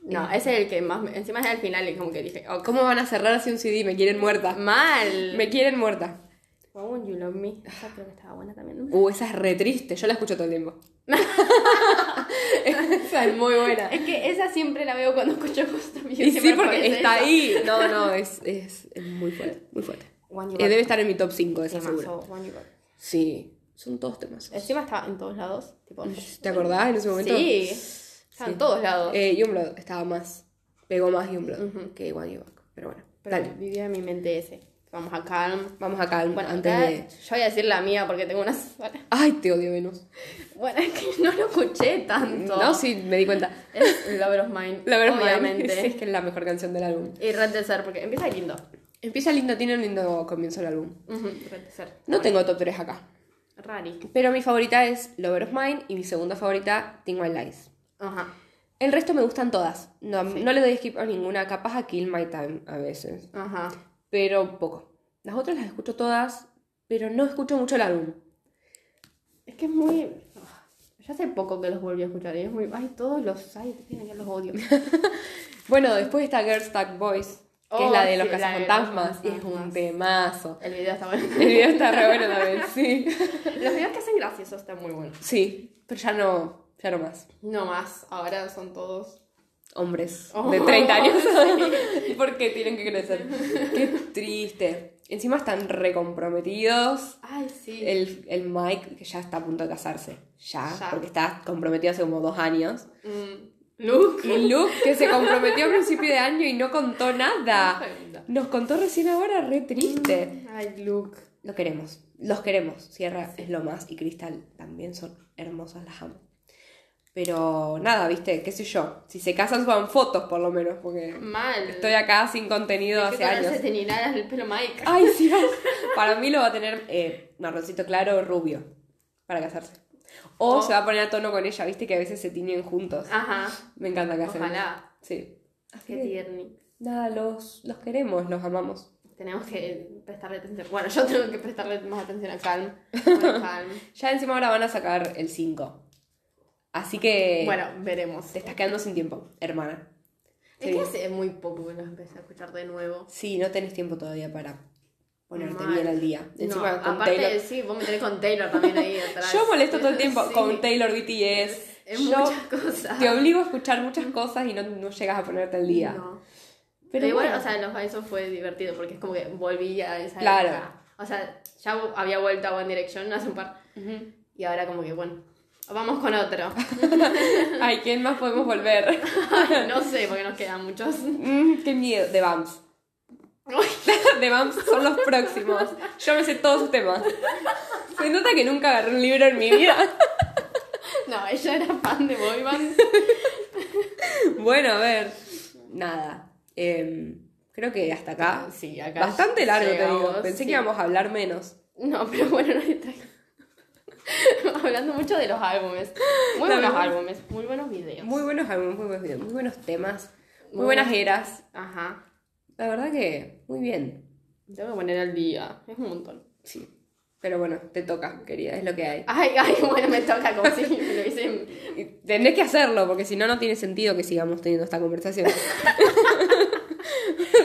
Speaker 2: No, ese es el que más. me- Encima es al final y como que dije, oh,
Speaker 1: ¿Cómo van a cerrar así un CD? Me quieren muerta.
Speaker 2: mal.
Speaker 1: Me quieren muerta.
Speaker 2: Why won't you love me? Esa creo que estaba buena también. ¿no?
Speaker 1: Uh, esa es re triste. Yo la escucho todo el
Speaker 2: [LAUGHS]
Speaker 1: tiempo. esa es muy buena.
Speaker 2: [LAUGHS] Es que esa siempre la veo cuando escucho Ghost of You.
Speaker 1: Y sí,
Speaker 2: siempre
Speaker 1: porque
Speaker 2: aparece
Speaker 1: está
Speaker 2: esa.
Speaker 1: ahí. No, no, es, es, es muy fuerte, muy fuerte.
Speaker 2: One You
Speaker 1: Eh,
Speaker 2: Got.
Speaker 1: debe estar en mi top 5, esa
Speaker 2: Temazo,
Speaker 1: seguro.
Speaker 2: One You Got.
Speaker 1: Sí, son todos temas.
Speaker 2: Encima estaba en todos lados. Tipo,
Speaker 1: ¿Te acordás en ese momento?
Speaker 2: Sí, estaba en todos lados.
Speaker 1: Eh, Youngblood estaba más. Pegó más Youngblood que One You Back. Pero bueno,
Speaker 2: pero
Speaker 1: dale.
Speaker 2: vivía en mi mente ese. Vamos a Calm.
Speaker 1: Vamos acá
Speaker 2: Bueno,
Speaker 1: antes
Speaker 2: acá
Speaker 1: de.
Speaker 2: yo voy a decir la mía porque tengo una sola.
Speaker 1: Ay, te odio Venus.
Speaker 2: Bueno, es que no lo escuché tanto.
Speaker 1: No, sí, me di cuenta.
Speaker 2: Es Lover of
Speaker 1: [LAUGHS]
Speaker 2: Mine,
Speaker 1: La verdad,
Speaker 2: obviamente.
Speaker 1: Sí, [LAUGHS] es que es la mejor canción del álbum.
Speaker 2: Y Red Desert, porque empieza lindo.
Speaker 1: Empieza lindo, tiene un lindo comienzo el álbum.
Speaker 2: Ujú, Red Desert.
Speaker 1: No tengo top 3 acá.
Speaker 2: Rari.
Speaker 1: Pero mi favorita es Lover of Mine y mi segunda favorita, Think My Lies.
Speaker 2: Ajá.
Speaker 1: El resto me gustan todas. No,
Speaker 2: Sí.
Speaker 1: no le doy skip a ninguna. Capaz a Kill My Time a veces.
Speaker 2: Ajá.
Speaker 1: Pero poco. Las otras las escucho todas, pero no escucho mucho el álbum.
Speaker 2: Es que es muy. ah, Ya hace poco que los volví a escuchar y es muy. Ay, todos los. Ay, tienen que los [LAUGHS] odio.
Speaker 1: Bueno, después está Girls Talk Boys, que
Speaker 2: Oh,
Speaker 1: es la de
Speaker 2: sí,
Speaker 1: los
Speaker 2: la de los
Speaker 1: cazafantasmas, y es un
Speaker 2: cazafantasmas.
Speaker 1: temazo.
Speaker 2: El video está bueno.
Speaker 1: El video está re bueno también, [LAUGHS] sí.
Speaker 2: [LAUGHS] Los videos que hacen graciosos están muy buenos.
Speaker 1: Sí, pero ya no, ya no más.
Speaker 2: No más, ahora son todos.
Speaker 1: Hombres
Speaker 2: Oh,
Speaker 1: de 30 años. [LAUGHS] Porque tienen que crecer. Qué triste. Encima están recomprometidos.
Speaker 2: Ay, sí.
Speaker 1: El, el Mike, que ya está a punto de casarse. Ya,
Speaker 2: Ya.
Speaker 1: porque está comprometido hace como dos años.
Speaker 2: Mm, Luke.
Speaker 1: Y Luke, que se comprometió a principio de año y no contó nada. Nos contó recién ahora, re triste.
Speaker 2: Ay, Luke.
Speaker 1: Lo queremos, los queremos. Sierra es lo más y Cristal también son hermosas, las amo. Pero nada, viste, qué sé yo. Si se casan, suban fotos por lo menos, porque
Speaker 2: Mal.
Speaker 1: estoy acá sin contenido
Speaker 2: ¿Qué
Speaker 1: hace
Speaker 2: color se
Speaker 1: años.
Speaker 2: teñirá el pelo Mike?
Speaker 1: [LAUGHS] Ay, sí, no. para mí lo va a tener eh, marroncito claro o rubio para casarse. O
Speaker 2: Oh.
Speaker 1: se va a poner a tono con ella, viste que a veces se tiñen juntos.
Speaker 2: Ajá.
Speaker 1: Me encanta que hacen.
Speaker 2: Ojalá.
Speaker 1: Sí. Así
Speaker 2: Qué
Speaker 1: que,
Speaker 2: tierni.
Speaker 1: nada, los, los queremos, los amamos.
Speaker 2: Tenemos que prestarle atención. Bueno, yo tengo que prestarle más atención a [LAUGHS] Calm. Bueno, Calm.
Speaker 1: Ya encima ahora van a sacar el 5. Así que...
Speaker 2: Bueno, veremos.
Speaker 1: Te estás quedando sin tiempo, hermana.
Speaker 2: Es que hace muy poco que los empecé a escuchar de nuevo.
Speaker 1: Sí, no tenés tiempo todavía para ponerte
Speaker 2: Mal.
Speaker 1: bien al día. Encima
Speaker 2: no,
Speaker 1: con
Speaker 2: aparte,
Speaker 1: Taylor.
Speaker 2: sí, vos me tenés con Taylor también ahí
Speaker 1: [LAUGHS]
Speaker 2: atrás.
Speaker 1: Yo molesto
Speaker 2: [LAUGHS]
Speaker 1: todo el tiempo
Speaker 2: Sí,
Speaker 1: con Taylor BTS.
Speaker 2: Es
Speaker 1: Yo
Speaker 2: muchas cosas.
Speaker 1: te obligo a escuchar muchas cosas y no, no llegas a ponerte al día.
Speaker 2: No.
Speaker 1: Pero,
Speaker 2: Pero, igual,
Speaker 1: bueno,
Speaker 2: o sea, en los Bison fue divertido porque es como que volví a esa
Speaker 1: Claro.
Speaker 2: época. O sea, ya vo- había vuelto a One Direction hace un par
Speaker 1: ujú.
Speaker 2: y ahora como que, bueno, vamos
Speaker 1: [LAUGHS]
Speaker 2: con otro.
Speaker 1: Ay, ¿quién más podemos
Speaker 2: [LAUGHS]
Speaker 1: volver?
Speaker 2: Ay, no sé, porque nos quedan muchos. [LAUGHS]
Speaker 1: Mm, qué miedo. The Bumps. [LAUGHS] The Bumps son los próximos. Yo me sé todos sus temas. Se nota que nunca agarré un libro en mi vida.
Speaker 2: No, ella era fan de Boy Band.
Speaker 1: Bueno, a ver. Nada. Em, creo que hasta acá.
Speaker 2: Sí, acá
Speaker 1: Ah, Bastante largo, te
Speaker 2: llegamos,
Speaker 1: digo. Pensé
Speaker 2: sí.
Speaker 1: que íbamos a hablar menos.
Speaker 2: No, pero bueno, no le traigo. [LAUGHS] Hablando mucho de los álbumes. Muy
Speaker 1: La
Speaker 2: buenos
Speaker 1: verdad.
Speaker 2: álbumes, muy buenos videos.
Speaker 1: Muy buenos álbumes, muy buenos videos, muy buenos temas, muy
Speaker 2: Muy
Speaker 1: buenas eras.
Speaker 2: Ajá.
Speaker 1: La verdad que muy bien.
Speaker 2: Tengo que poner al día. Es un montón.
Speaker 1: Sí. Pero bueno, te toca, querida, es lo que hay.
Speaker 2: Ay, ay, [LAUGHS] bueno, me toca como si me lo hice.
Speaker 1: Y tendrés que hacerlo, porque si no, no tiene sentido que sigamos teniendo esta conversación. [LAUGHS] o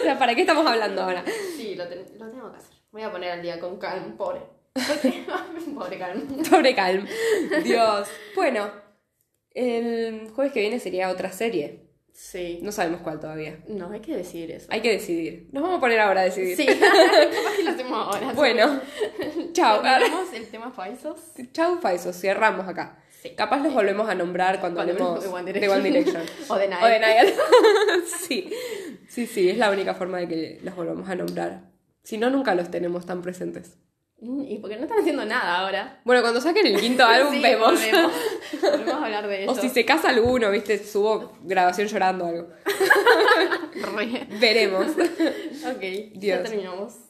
Speaker 1: sea, ¿para qué estamos hablando ahora?
Speaker 2: Sí, lo, ten- lo tengo que hacer. Voy a poner al día con Calm, pobre. [LAUGHS] Porque- pobre Calm.
Speaker 1: Sobre Calm. Dios. Bueno, el jueves que viene sería otra serie.
Speaker 2: Sí.
Speaker 1: No sabemos cuál todavía.
Speaker 2: No, hay que decir eso.
Speaker 1: Hay que decidir. Nos vamos a poner ahora a decidir.
Speaker 2: Sí, [LAUGHS] capaz que lo hacemos ahora. [LAUGHS]
Speaker 1: Bueno, chao.
Speaker 2: ¿Terminamos el tema falsos?
Speaker 1: Chau, Faiso, cerramos acá.
Speaker 2: Sí.
Speaker 1: Capaz los volvemos a nombrar cuando,
Speaker 2: Cuando
Speaker 1: hablemos
Speaker 2: hablemos
Speaker 1: de
Speaker 2: de One
Speaker 1: One Direction.
Speaker 2: [LAUGHS] O de Nike.
Speaker 1: o de Niall. [LAUGHS] sí. sí, sí, es la única forma de que los volvamos a nombrar. Si no, nunca los tenemos tan presentes.
Speaker 2: Mm, ¿Y por qué no están haciendo nada ahora?
Speaker 1: Bueno, cuando saquen el
Speaker 2: [LAUGHS]
Speaker 1: quinto álbum
Speaker 2: Sí,
Speaker 1: vemos.
Speaker 2: volvemos. Volvemos a hablar de
Speaker 1: [LAUGHS]
Speaker 2: eso.
Speaker 1: o si se casa alguno, viste, subo grabación llorando o algo.
Speaker 2: Re.
Speaker 1: Veremos.
Speaker 2: Ok, [LAUGHS]
Speaker 1: Dios.
Speaker 2: ya terminamos.